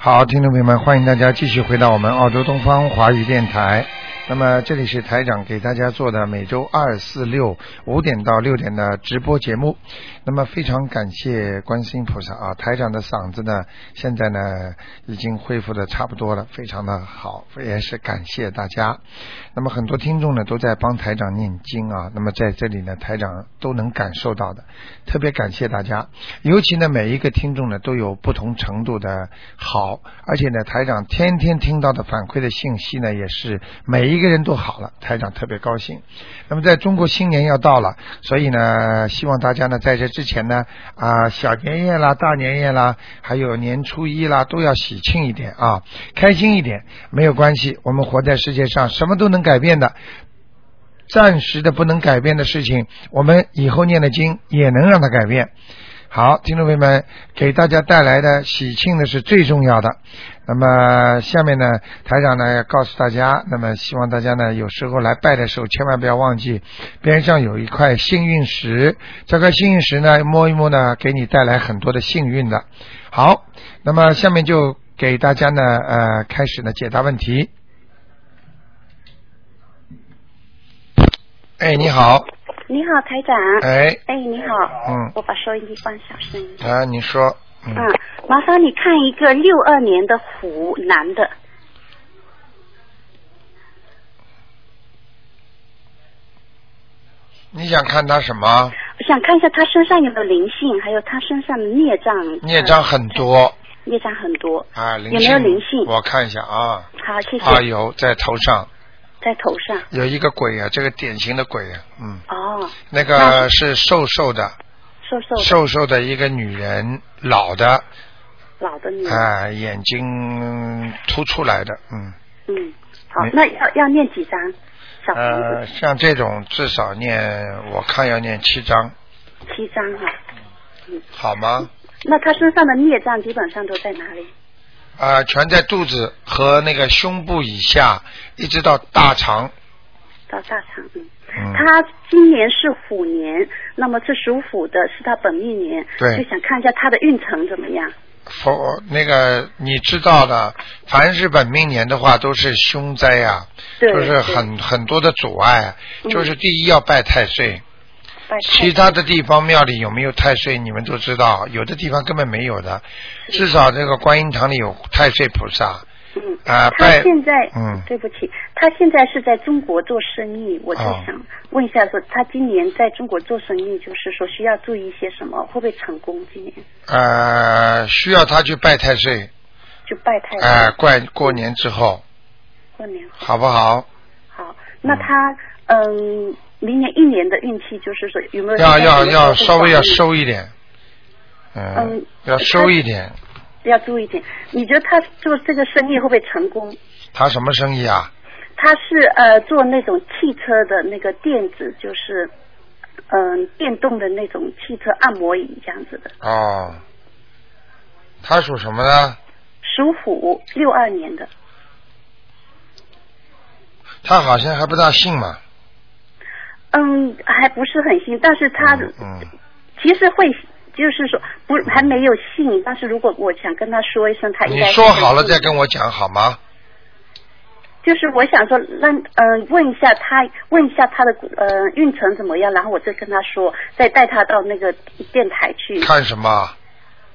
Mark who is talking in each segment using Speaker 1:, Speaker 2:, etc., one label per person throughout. Speaker 1: 好，听众朋友们，欢迎大家继续回到我们澳洲东方华语电台。那么这里是台长给大家做的每周二、四、六五点到六点的直播节目。那么非常感谢观世音菩萨啊！台长的嗓子呢，现在呢已经恢复的差不多了，非常的好，也是感谢大家。那么很多听众呢都在帮台长念经啊，那么在这里呢，台长都能感受到的，特别感谢大家。尤其呢，每一个听众呢都有不同程度的好，而且呢，台长天天听到的反馈的信息呢，也是每一个人都好了，台长特别高兴。那么在中国新年要到了，所以呢，希望大家呢在这之前呢啊、小年夜啦、大年夜啦，还有年初一啦，都要喜庆一点啊，开心一点，没有关系，我们活在世界上，什么都能改变的。暂时的不能改变的事情，我们以后念的经也能让它改变。好，听众朋友们，给大家带来的喜庆呢是最重要的。那么下面呢，台长呢要告诉大家，那么希望大家呢有时候来拜的时候，千万不要忘记边上有一块幸运石，这块幸运石呢摸一摸呢，给你带来很多的幸运的。好，那么下面就给大家呢呃开始呢解答问题。哎，你好，
Speaker 2: 你好，台长。
Speaker 1: 哎，
Speaker 2: 哎，你好，
Speaker 1: 嗯
Speaker 2: 我把收音机关小声一点。
Speaker 1: 啊，你说，嗯，
Speaker 2: 嗯，麻烦你看一个六二年的虎男的，
Speaker 1: 你想看他什么？
Speaker 2: 我想看一下他身上有没有灵性，还有他身上的孽障。
Speaker 1: 孽障很多
Speaker 2: 嗯、孽障很多。
Speaker 1: 啊，灵
Speaker 2: 有没
Speaker 1: 性
Speaker 2: 有灵性
Speaker 1: 我看一下啊，
Speaker 2: 好，谢谢。
Speaker 1: 啊有在头上
Speaker 2: 在头上。
Speaker 1: 有一个鬼啊，这个典型的鬼啊，嗯，
Speaker 2: 哦，
Speaker 1: 那个是瘦瘦的，
Speaker 2: 瘦瘦的，
Speaker 1: 瘦瘦的一个女人，老的
Speaker 2: 老的女人。
Speaker 1: 啊，眼睛凸出来的，嗯，
Speaker 2: 嗯，好
Speaker 1: 没，
Speaker 2: 那要要念几张？小房子、
Speaker 1: 呃，像这种至少念，我看要念七章，
Speaker 2: 七张哈、嗯
Speaker 1: 好吗？
Speaker 2: 那他身上的孽障基本上都在哪里？
Speaker 1: 啊，全在肚子和那个胸部以下，一直到大肠，
Speaker 2: 到大肠，嗯。
Speaker 1: 嗯，
Speaker 2: 他今年是虎年，那么这属虎的是他本命年，
Speaker 1: 对
Speaker 2: 就想看一下他的运程怎么样。
Speaker 1: 佛那个你知道的，凡是本命年的话，都是凶灾啊，
Speaker 2: 对，
Speaker 1: 就是很很多的阻碍。啊
Speaker 2: 嗯
Speaker 1: 就是第一要拜太岁，
Speaker 2: 对
Speaker 3: 哎
Speaker 2: 拜
Speaker 1: 其
Speaker 2: 太
Speaker 1: 他的地方庙里有没有太岁，你们都知道，有的地方根本没有的。至少这个观音堂里有太岁菩萨
Speaker 2: 嗯，
Speaker 1: 啊，
Speaker 2: 他
Speaker 1: 拜
Speaker 2: 现在
Speaker 1: 嗯
Speaker 2: 对不起，他现在是在中国做生意，我就
Speaker 1: 哦
Speaker 2: 想问一下说，他今年在中国做生意，就是说需要注意一些什么，会不会成功？今年
Speaker 1: 呃需要他去拜太岁
Speaker 2: 就拜太岁、
Speaker 1: 啊，过过年之后
Speaker 2: 过年后
Speaker 1: 好不好？
Speaker 2: 好，那他嗯。明年一年的运气嗯就是说有没有
Speaker 1: 要要要
Speaker 2: 什么
Speaker 1: 稍微要
Speaker 2: 会
Speaker 1: 收一点，嗯
Speaker 2: 嗯，
Speaker 1: 要收一点。
Speaker 2: 要注意一点。你觉得他做这个生意会不会成功？
Speaker 1: 他什么生意啊？
Speaker 2: 他是呃做那种汽车的那个电子，就是嗯、电动的那种汽车按摩椅这样子的。
Speaker 1: 哦，他属什么呢？
Speaker 2: 属虎，六二年的，
Speaker 1: 他好像还不大信嘛。
Speaker 2: 嗯，还不是很信，但是他
Speaker 1: 嗯嗯
Speaker 2: 其实会，就是说不还没有信，但是如果我想跟他说一声，他应
Speaker 1: 你
Speaker 2: 该
Speaker 1: 说好了再
Speaker 2: 我。
Speaker 1: 跟我讲好吗？
Speaker 2: 就是我想说让嗯、问一下他，问一下他的呃运程怎么样，然后我再跟他说，再带他到那个电台去，
Speaker 1: 看什么？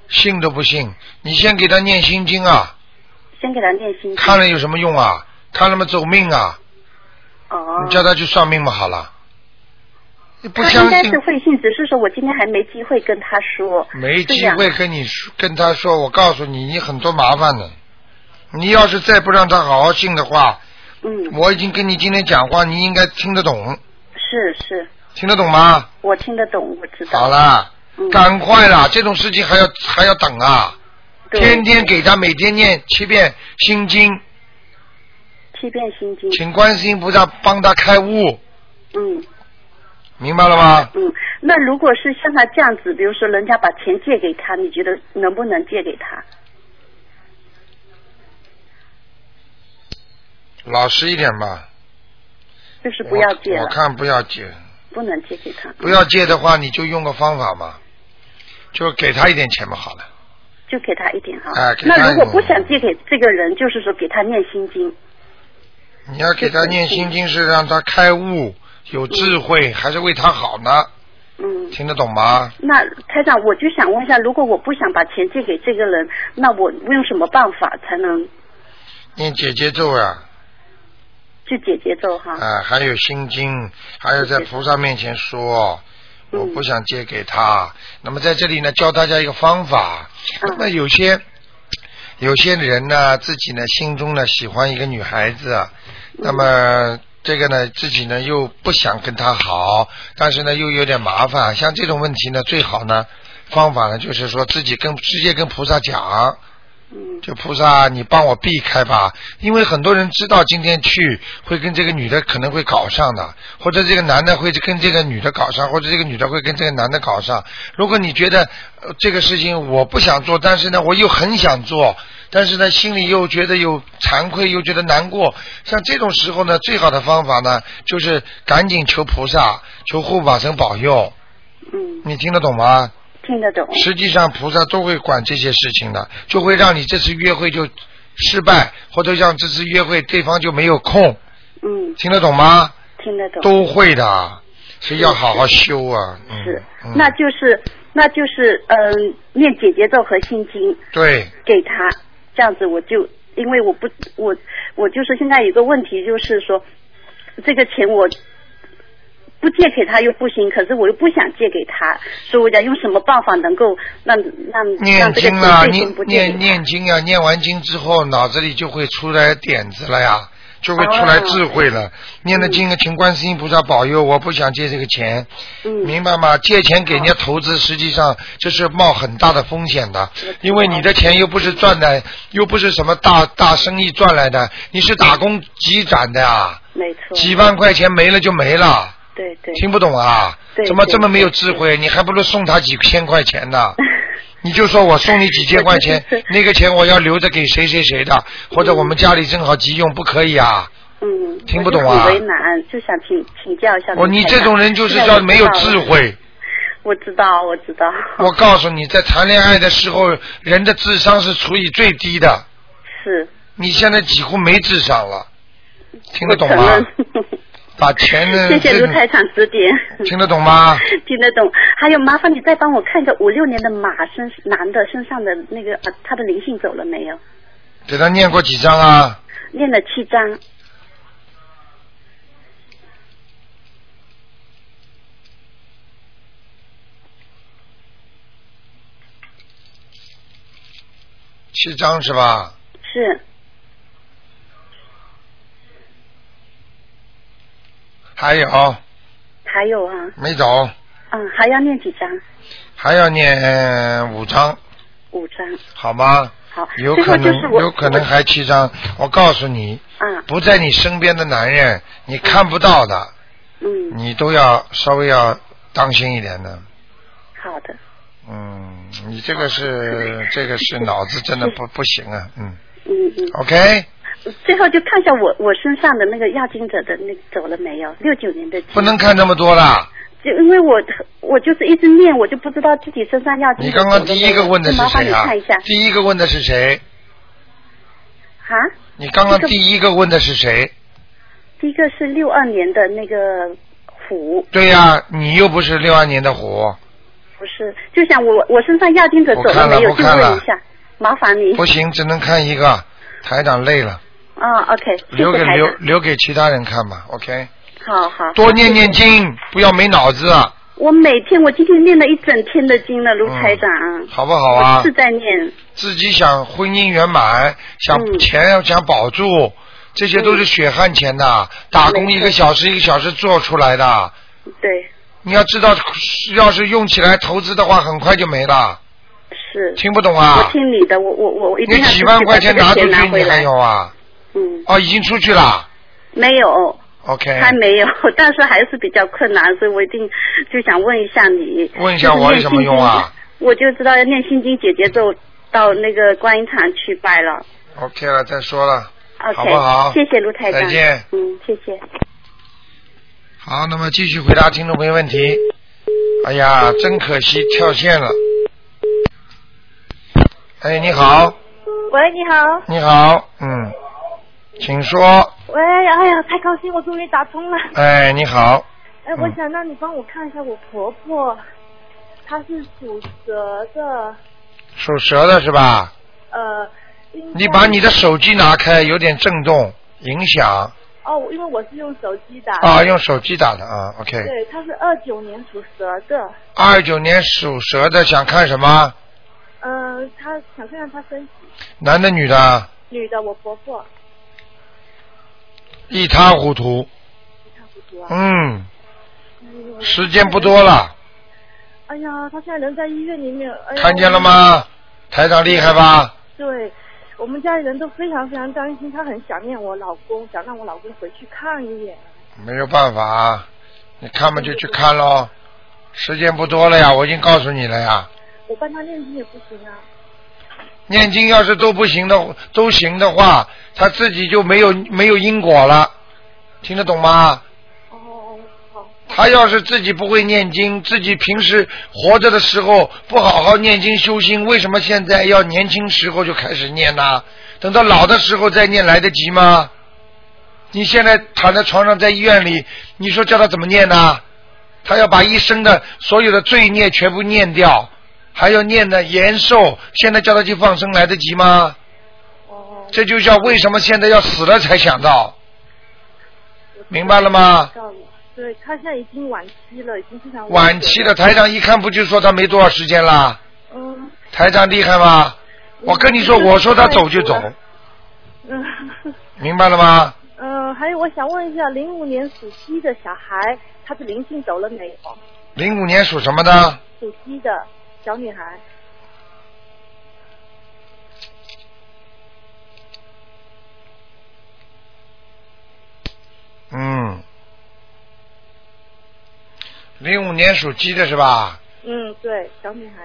Speaker 1: 信都不信，你先给他念心经啊，
Speaker 2: 先给他念心经。
Speaker 1: 看了有什么用啊？看了嘛走命啊！
Speaker 2: 哦，
Speaker 1: 你叫他去算命嘛好了。你不
Speaker 2: 他
Speaker 1: 相
Speaker 2: 应该
Speaker 1: 信
Speaker 2: 是，会信，只是说我今天还没机会跟他说。
Speaker 1: 没
Speaker 2: 这
Speaker 1: 机
Speaker 2: 样
Speaker 1: 会跟你说跟他说，我告诉你，你很多麻烦的。你要是再不让他好好信的话，
Speaker 2: 嗯，
Speaker 1: 我已经跟你今天讲话，你应该听得懂，
Speaker 2: 是是，
Speaker 1: 听得懂吗？
Speaker 2: 我听得懂，我知道。
Speaker 1: 好，啦，
Speaker 2: 嗯，
Speaker 1: 赶快啦！这种事情还要还要等啊！
Speaker 2: 对
Speaker 1: 天天给他每天念七遍心经，
Speaker 2: 七遍心经。
Speaker 1: 请观世音菩萨帮他开悟，
Speaker 2: 嗯
Speaker 1: 明白了吗？
Speaker 2: 嗯，那如果是像他这样子，比如说人家把钱借给他，你觉得能不能借给他？
Speaker 1: 老实一点吧，
Speaker 2: 嗯就是不要借
Speaker 1: 我。
Speaker 2: 了
Speaker 1: 我，看不要借，
Speaker 2: 不能借给他，嗯
Speaker 1: 不要借的话，你就用个方法嘛，就给他一点钱嘛，好了。
Speaker 2: 就给他一点哈。
Speaker 1: 哎给他
Speaker 2: 那如果
Speaker 1: 一点
Speaker 2: 不想借给这个人，就是说给他念心经。
Speaker 1: 你要给他念心经，是让他开悟、有智慧，还是为他好呢？
Speaker 2: 嗯，
Speaker 1: 听得懂吗？
Speaker 2: 那台长，我就想问一下，如果我不想把钱借给这个人，那我用什么办法才能
Speaker 1: 念姐姐咒啊，
Speaker 2: 去解节奏哈？
Speaker 1: 啊，还有心经，还有在菩萨面前说，
Speaker 2: 嗯
Speaker 1: 我不想借给他。那么在这里呢，教大家一个方法。那么
Speaker 2: 嗯
Speaker 1: 有些有些人呢，自己呢心中呢喜欢一个女孩子，啊
Speaker 2: 嗯
Speaker 1: 那么这个呢自己呢又不想跟她好，但是呢又有点麻烦。像这种问题呢，最好呢方法呢就是说自己跟直接跟菩萨讲，
Speaker 2: 嗯
Speaker 1: 就菩萨，你帮我避开吧，因为很多人知道今天去会跟这个女的可能会搞上的，或者这个男的会跟这个女的搞上，或者这个女的会跟这个男的搞上。如果你觉得、呃这个事情我不想做，但是呢我又很想做，但是呢心里又觉得有惭愧，又觉得难过，像这种时候呢，最好的方法呢就是赶紧求菩萨，求护法神保佑。
Speaker 2: 嗯，
Speaker 1: 你听得懂吗？
Speaker 2: 听得懂。
Speaker 1: 实际上菩萨都会管这些事情的，就会让你这次约会就失败，或者让这次约会对方就没有空，
Speaker 2: 嗯，
Speaker 1: 听得懂吗？
Speaker 2: 听得懂。
Speaker 1: 都会的，所以要好好修啊。嗯
Speaker 2: 是，
Speaker 1: 嗯、
Speaker 2: 那就是那就是嗯、念解节奏和心经
Speaker 1: 对，
Speaker 2: 给他，这样子我就因为我不我我就是现在有个问题就是说，这个钱我不借给他又不行，可是我又不想借给他，所以我想用什么办法能够让让
Speaker 1: 念
Speaker 2: 让这个
Speaker 1: 经
Speaker 2: 钱
Speaker 1: 啊，
Speaker 2: 最
Speaker 1: 念
Speaker 2: 终不借给
Speaker 1: 念
Speaker 2: 他
Speaker 1: 念经啊，念完经之后，脑子里就会出来点子了呀，就会出来
Speaker 2: 哦
Speaker 1: 智慧了。念了经，请观世音菩萨保佑，我不想借这个钱，
Speaker 2: 嗯
Speaker 1: 明白吗？借钱给人家投资，实际上这是冒很大的风险的，因为你的钱又不是赚的，又不是什么大大生意赚来的，你是打工积攒的啊，
Speaker 2: 没错
Speaker 1: 几万块钱没了就没了，
Speaker 2: 对对
Speaker 1: 听不懂啊
Speaker 2: 对？
Speaker 1: 怎么
Speaker 2: 对
Speaker 1: 这么没有智慧？你还不如送他几千块钱 呢。你就说我送你几千块钱
Speaker 2: 是是，
Speaker 1: 那个钱我要留着给谁谁谁的，或者我们家里正好急用，不可以啊？
Speaker 2: 嗯
Speaker 1: 听不懂啊
Speaker 2: 我就很为难，就想请请教一下
Speaker 1: 我
Speaker 2: 卢
Speaker 1: 你
Speaker 2: 台
Speaker 1: 这
Speaker 2: 长
Speaker 1: 种人就是
Speaker 2: 现在
Speaker 1: 叫
Speaker 2: 我
Speaker 1: 没有
Speaker 2: 知道
Speaker 1: 智
Speaker 2: 了
Speaker 1: 慧。
Speaker 2: 我知道我知道
Speaker 1: 我告诉你，在谈恋爱的时候，人的智商是处于最低的。
Speaker 2: 是
Speaker 1: 你现在几乎没智商了，听得懂
Speaker 2: 我
Speaker 1: 吗
Speaker 2: 承？认
Speaker 1: 把钱呢？
Speaker 2: 谢谢
Speaker 1: 这
Speaker 2: 卢台长指点，
Speaker 1: 嗯听得懂吗？
Speaker 2: 听得懂。还有，麻烦你再帮我看一个五六年的马身男的身上的那个啊，他的灵性走了没有？
Speaker 1: 给他念过几张啊？
Speaker 2: 念了七章，
Speaker 1: 七张是吧？
Speaker 2: 是
Speaker 1: 还有
Speaker 2: 还有啊，
Speaker 1: 没走，
Speaker 2: 嗯，还要念几章？
Speaker 1: 还要念呃五张，
Speaker 2: 五章。
Speaker 1: 好吗？
Speaker 2: 好，
Speaker 1: 有
Speaker 2: 最
Speaker 1: 可
Speaker 2: 后就是
Speaker 1: 能，
Speaker 2: 我
Speaker 1: 有可能还七张。我告诉你，
Speaker 2: 啊，
Speaker 1: 不在你身边的男人，你看不到的，
Speaker 2: 嗯，
Speaker 1: 你都要稍微要当心一点的。
Speaker 2: 好的，
Speaker 1: 嗯，你这个是这个是脑子真的不不行啊，嗯
Speaker 2: 嗯嗯。
Speaker 1: ，OK，
Speaker 2: 最后就看一下我我身上的那个亚金者的那个走了没有？六九年的鸡。
Speaker 1: 不能看这么多啦。
Speaker 2: 就因为我我就是一直念，我就不知道自己身上要。
Speaker 1: 你刚刚第一个问的是
Speaker 2: 麻烦
Speaker 1: 谁
Speaker 2: 你
Speaker 1: 啊
Speaker 2: 看一下？
Speaker 1: 第一个问的是谁？
Speaker 2: 啊，
Speaker 1: 你刚刚第一个问的是谁？
Speaker 2: 第一个是六二年的那个虎，
Speaker 1: 对呀、你又不是六二年的虎，
Speaker 2: 不是，就想我我身上亚丁者走
Speaker 1: 我看了
Speaker 2: 没有？
Speaker 1: 我
Speaker 2: 就
Speaker 1: 看了
Speaker 2: 问一下，麻烦你。
Speaker 1: 不行，只能看一个。台长累了，
Speaker 2: 啊，OK，谢
Speaker 1: 留给
Speaker 2: 谢台
Speaker 1: 留
Speaker 2: 长，
Speaker 1: 留给其他人看吧，OK。
Speaker 2: 好好。
Speaker 1: 多念念经，不要没脑子，
Speaker 2: 我每天我今天念了一整天的经了，卢
Speaker 1: 嗯
Speaker 2: 台长。
Speaker 1: 好不好啊
Speaker 2: 我是？在念，
Speaker 1: 自己想婚姻圆满，想
Speaker 2: 嗯
Speaker 1: 钱要想保住，这些都是血汗钱呐，
Speaker 2: 嗯
Speaker 1: 打工一个小时一个小时做出来的。
Speaker 2: 对，
Speaker 1: 你要知道，要是用起来投资的话，很快就没了。
Speaker 2: 是。
Speaker 1: 听不懂
Speaker 2: 我
Speaker 1: 啊？
Speaker 2: 听你的，我我我我一定
Speaker 1: 你
Speaker 2: 要
Speaker 1: 几万块
Speaker 2: 钱
Speaker 1: 钱拿出
Speaker 2: 拿
Speaker 1: 去，
Speaker 2: 回
Speaker 1: 你还
Speaker 2: 来。
Speaker 1: 有啊？
Speaker 2: 嗯，
Speaker 1: 哦，已经出去了。
Speaker 2: 没有。
Speaker 1: OK。
Speaker 2: 还没有， 但是还是比较困难，所以我一定就想问一下你。
Speaker 1: 问一下我有什么用啊？
Speaker 2: 我就知道要念心经姐姐咒，到那个观音堂去拜了。
Speaker 1: OK 了，再说了。
Speaker 2: OK，
Speaker 1: 好不好
Speaker 2: 谢谢卢台长。
Speaker 1: 再见。
Speaker 2: 嗯，谢谢。
Speaker 1: 好，那么继续回答听众朋友问题。哎呀，真可惜，跳线了。哎，你好，
Speaker 4: 喂，你好。
Speaker 1: 你好，嗯，请说。
Speaker 4: 喂，哎呀，太高兴，我终于打通了。
Speaker 1: 哎，嗯你好，
Speaker 4: 哎，我想让你帮我看一下我婆婆，她是属蛇的，
Speaker 1: 属蛇的是吧？
Speaker 4: 呃，应该
Speaker 1: 你把你的手机拿开，有点震动影响
Speaker 2: 啊
Speaker 4: 哦，因为我是用手机打。
Speaker 1: 啊，用手机打的啊，OK。
Speaker 4: 对，她是二九年属蛇的，
Speaker 1: 二九年属蛇的想看什么？
Speaker 4: 嗯、呃，她想看看她身体，
Speaker 1: 男的女的？
Speaker 4: 女的，我婆婆，
Speaker 1: 一塌糊涂。
Speaker 4: 你看不多啊。
Speaker 1: 嗯，
Speaker 4: 嗯
Speaker 1: 时间不多。了，
Speaker 4: 哎呀，她现在人在医院里面。哎呀、
Speaker 1: 看见了？吗？台长厉害吧？
Speaker 4: 对，我们家里人都非常非常担心，她很想念我老公，想让我老公回去看一眼。
Speaker 1: 没有办法，啊你看嘛就去看喽。时间不多了呀，我已经告诉你了呀。
Speaker 4: 我帮她念经也不行啊。
Speaker 1: 念经要是都不行的，都行的话，他自己就没有没有因果了，听得懂吗？
Speaker 4: 哦，好，
Speaker 1: 他要是自己不会念经，自己平时活着的时候不好好念经修心，为什么现在要年轻时候就开始念呢？等到老的时候再念来得及吗？你现在躺在床上，在医院里，你说叫他怎么念呢？他要把一生的所有的罪孽全部念掉，还要念的延寿。现在叫他去放生来得及吗？
Speaker 4: 哦，
Speaker 1: 这就叫为什么现在要死了才想到，明白了吗？
Speaker 4: 知道了。对他现在已经晚期了，已经非常危险
Speaker 1: 晚期的。台长一看不就说他没多少时间啦？
Speaker 4: 嗯
Speaker 1: 台长厉害吧？我跟你说，我说他走就走，
Speaker 4: 嗯
Speaker 1: 明白了吗？
Speaker 4: 嗯，还有我想问一下，零五年属鸡的小孩，他的灵性走了没有？
Speaker 1: 零五年属什么的？
Speaker 4: 属鸡的小女孩，
Speaker 1: 嗯，零五年属鸡的是吧？
Speaker 4: 嗯，对，小女孩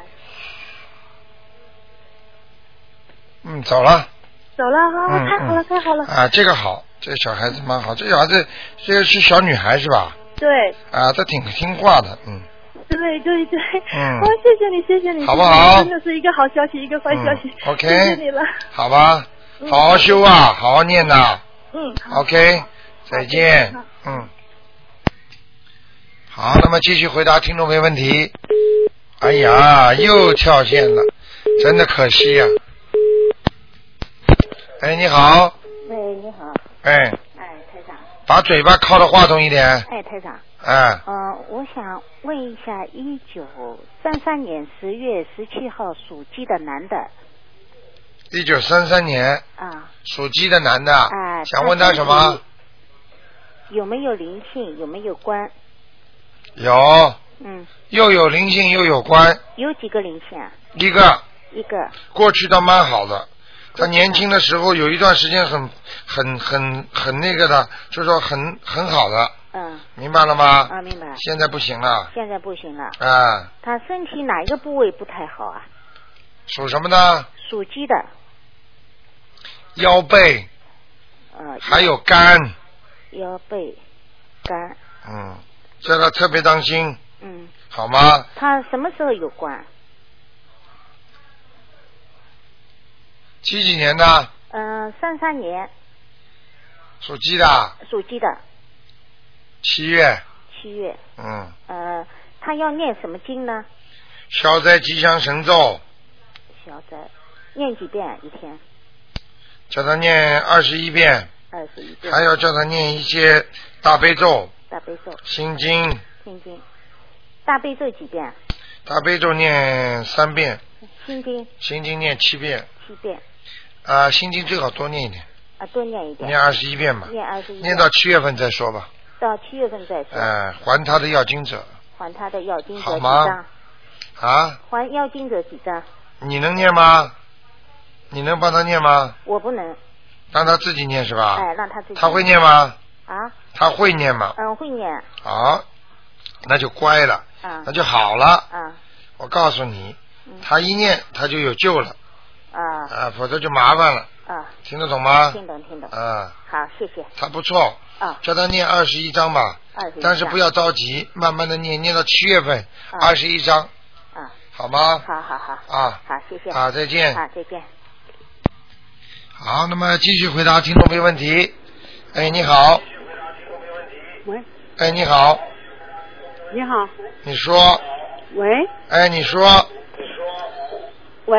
Speaker 1: 嗯，走了。
Speaker 4: 走了，啊
Speaker 1: 嗯
Speaker 4: 太好了，
Speaker 1: 嗯
Speaker 4: 太好了，
Speaker 1: 啊，这个好，这个小孩子蛮好，这小孩子这个是小女孩是吧？
Speaker 4: 对
Speaker 1: 啊，她挺听话的，嗯。
Speaker 4: 对对对，
Speaker 1: 嗯
Speaker 4: 哦，谢谢你，谢谢你，
Speaker 1: 好不好
Speaker 4: 谢谢你真的是一个好消息，一个坏消息
Speaker 1: 嗯、，OK，
Speaker 4: 谢谢你了，
Speaker 1: 好吧，好好修啊，好好念呐、
Speaker 4: 嗯，好
Speaker 1: OK，再见
Speaker 4: 好。
Speaker 1: 嗯，好，那么继续回答听众朋友问题。哎呀，又跳线了，真的可惜呀、哎，你好，
Speaker 5: 喂，你好，
Speaker 1: 哎，
Speaker 5: 哎，台长，
Speaker 1: 把嘴巴靠到话筒一点，
Speaker 5: 哎，台长，
Speaker 1: 哎，
Speaker 5: 呃，我想问一下，一九三三年十月十七号属鸡的男的
Speaker 1: 一九三三年
Speaker 5: 啊，
Speaker 1: 属鸡的男的，
Speaker 5: 哎
Speaker 1: 想问他什么？
Speaker 5: 有没有灵性？有没有关？
Speaker 1: 有，
Speaker 5: 嗯，
Speaker 1: 又有灵性又有关，
Speaker 5: 有几个灵性啊？
Speaker 1: 一个
Speaker 5: 一个，
Speaker 1: 过去倒蛮好的。他年轻的时候有一段时间很很很很那个的，就说很很好的，
Speaker 5: 嗯，
Speaker 1: 明白了吗？
Speaker 5: 啊，明白。
Speaker 1: 现在不行了，
Speaker 5: 现在不行了，
Speaker 1: 啊，
Speaker 5: 他身体哪一个部位不太好啊？
Speaker 1: 属什么呢？
Speaker 5: 属鸡的，
Speaker 1: 腰背
Speaker 5: 呃，
Speaker 1: 还有肝，
Speaker 5: 腰背、肝，
Speaker 1: 嗯，这个特别当心，
Speaker 5: 嗯，
Speaker 1: 好吗？
Speaker 5: 他什么时候有关？
Speaker 1: 几几年的？
Speaker 5: 嗯、三三年
Speaker 1: 属鸡的，
Speaker 5: 属鸡的，
Speaker 1: 七月，
Speaker 5: 七月。
Speaker 1: 嗯，
Speaker 5: 呃，他要念什么经呢？
Speaker 1: 消灾吉祥神咒，
Speaker 5: 小的，念几遍啊一天？
Speaker 1: 叫他念二十一遍，
Speaker 5: 二十一遍。
Speaker 1: 还要叫他念一些大悲咒、
Speaker 5: 大悲咒、
Speaker 1: 心经，
Speaker 5: 心经。大悲咒几遍？
Speaker 1: 大悲咒念三遍，
Speaker 5: 心经
Speaker 1: 心经念七遍，
Speaker 5: 七遍，
Speaker 1: 啊、心经最好多念一点，
Speaker 5: 啊，多念一点。
Speaker 1: 念二十一遍吧，
Speaker 5: 念二十一遍。
Speaker 1: 念到七月份再说吧。
Speaker 5: 到七月份再说。
Speaker 1: 呃，还他的要经者
Speaker 5: 还他的要经者
Speaker 1: 好
Speaker 5: 几
Speaker 1: 吗
Speaker 5: 张？
Speaker 1: 啊，
Speaker 5: 还要经者几张？
Speaker 1: 你能念吗？你能帮他念吗？
Speaker 5: 我不能，
Speaker 1: 让他自己念是吧？
Speaker 5: 哎，让他自己。
Speaker 1: 他会念吗？
Speaker 5: 啊？
Speaker 1: 他会念吗？
Speaker 5: 嗯，会念。
Speaker 1: 好，那就乖了，
Speaker 5: 啊
Speaker 1: 那就好了。
Speaker 5: 啊
Speaker 1: 我告诉你
Speaker 5: 嗯，
Speaker 1: 他一念他就有救了
Speaker 5: 啊
Speaker 1: 啊，否则就麻烦了。
Speaker 5: 啊！
Speaker 1: 听得懂吗？
Speaker 5: 听懂听懂。
Speaker 1: 啊，
Speaker 5: 好，谢谢
Speaker 1: 他不错，
Speaker 5: 啊。
Speaker 1: 叫他念二十一章吧。
Speaker 6: 嗯
Speaker 5: 二十一。
Speaker 1: 但是不。要着急，慢慢的念，念到七月份，
Speaker 5: 啊
Speaker 1: 二十一章，
Speaker 6: 嗯
Speaker 5: 啊，
Speaker 1: 好吗？
Speaker 5: 好好好，
Speaker 1: 啊
Speaker 5: 好，谢谢。
Speaker 1: 啊，再见。
Speaker 5: 啊，再见。
Speaker 1: 好，那么继续回答听众没问题。哎，你好。
Speaker 6: 喂，
Speaker 1: 哎，你好，
Speaker 6: 你好，
Speaker 1: 你说。
Speaker 6: 喂
Speaker 1: 哎，你说，
Speaker 6: 喂，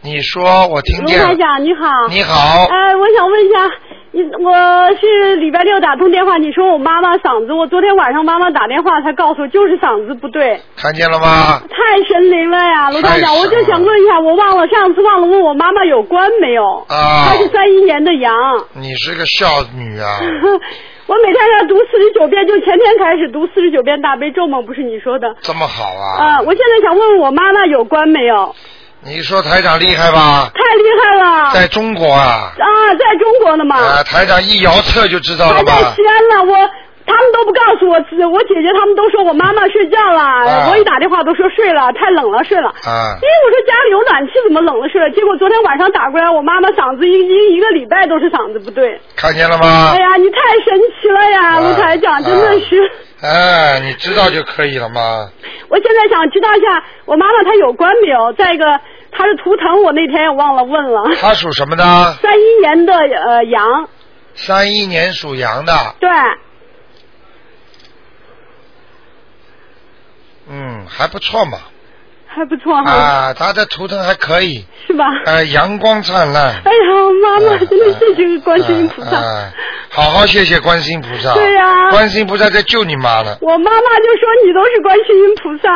Speaker 1: 你说，我听
Speaker 6: 卢
Speaker 1: 见了
Speaker 6: 台。长你好，
Speaker 1: 你好，
Speaker 6: 哎、我想问一下，你我是礼拜六打通电话，你说我妈妈嗓子，我昨天晚上妈妈打电话，她告诉我就是嗓子不对，
Speaker 1: 看见了吗？
Speaker 6: 太神灵了呀，卢
Speaker 1: 太
Speaker 6: 台
Speaker 1: 神
Speaker 6: 长，
Speaker 1: 了
Speaker 6: 我就想问一下，我忘了上次忘了问我妈妈有关没有？
Speaker 1: 啊
Speaker 6: 她，是三一年的羊。
Speaker 1: 你是个孝女啊！
Speaker 6: 我每天要读四十九遍，就前天开始读四十九遍大悲咒嘛，不是你说的。
Speaker 1: 这么好啊！
Speaker 6: 啊，我现在想问问我妈妈有关没有？
Speaker 1: 你说台长厉害吧？
Speaker 6: 太厉害了！
Speaker 1: 在中国啊，
Speaker 6: 啊，在中国呢嘛，
Speaker 1: 啊，台长一摇测就知道
Speaker 6: 还
Speaker 1: 了
Speaker 6: 在
Speaker 1: 吧
Speaker 6: 西？安呢，我。他们都不告诉我，只我姐姐他们都说我妈妈睡觉了，
Speaker 1: 啊
Speaker 6: 我一打电话都说睡了，太冷了睡了。
Speaker 1: 啊
Speaker 6: 因为我说家里有暖气，怎么冷了睡了？结果昨天晚上打过来，我妈妈嗓子一一一个礼拜都是嗓子不对。
Speaker 1: 看见了吗
Speaker 6: 哎？呀，你太神奇了呀，
Speaker 1: 啊
Speaker 6: 卢台长，真的是。
Speaker 1: 哎，你知道就可以了吗？
Speaker 6: 我现在想知道一下，我妈妈她有关没有？再一个，她是图腾，我那天也忘了问了。
Speaker 1: 他属什么呢？
Speaker 6: 三一年的呃羊，
Speaker 1: 三一年属羊的，
Speaker 6: 对，
Speaker 1: 嗯，还不错嘛。
Speaker 6: 还不错哈，
Speaker 1: 啊，他的图腾还可以，
Speaker 6: 哦是吧？
Speaker 1: 呃，阳光灿烂。
Speaker 6: 哎呀，妈妈，真的谢谢
Speaker 1: 嗯
Speaker 6: 观世音菩萨。
Speaker 1: 嗯嗯好好谢谢观世音菩萨。
Speaker 6: 对呀
Speaker 1: 观世音菩萨在救你妈呢。
Speaker 6: 我妈妈就说你都是观世音 菩萨。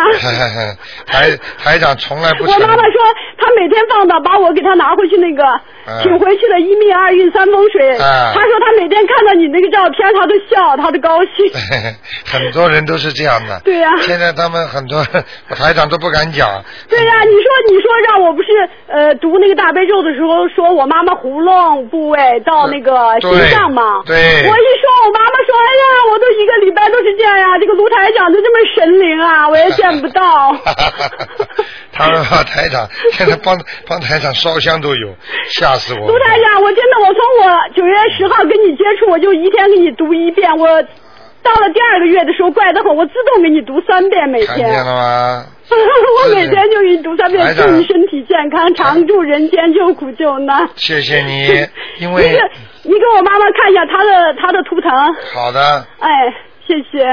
Speaker 1: 台台长从来不承
Speaker 6: 啊我
Speaker 1: 认。
Speaker 6: 妈妈说，她每天放的，把我给她拿回去那个，
Speaker 1: 嗯
Speaker 6: 请回去的一命二运三风水。
Speaker 1: 嗯
Speaker 6: 她说她每天看到你那个照片，她都笑，她都高兴。
Speaker 1: 很多人都是这样的。
Speaker 6: 对呀
Speaker 1: 现在他们很多 台长都不敢讲。
Speaker 6: 对呀、你说你说让我不是呃读那个大悲咒的时候，说我妈妈胡弄部位到那个
Speaker 1: 对
Speaker 6: 心脏嘛。
Speaker 1: 对。
Speaker 6: 我一说，我妈妈说，哎呀，我都一个礼拜都是这样呀、这个卢台长都这么神灵啊，我也见不到
Speaker 1: 他们把台长现在帮帮台长烧香都有，吓死我了。
Speaker 6: 卢台长，我真的，我从我九月十号跟你接触，我就一天给你读一遍。我到了第二个月的时候，怪得很，我自动给你读三遍每
Speaker 1: 看见
Speaker 6: 天。
Speaker 1: 了吗？
Speaker 6: 我每天就给你读三遍
Speaker 1: 台，
Speaker 6: 祝
Speaker 1: 长
Speaker 6: 你身体健康，常住人间，救苦救难。
Speaker 1: 谢谢你，因为
Speaker 6: 你给你给我妈妈看一下她的她的图腾，
Speaker 1: 好的，
Speaker 6: 哎，谢谢。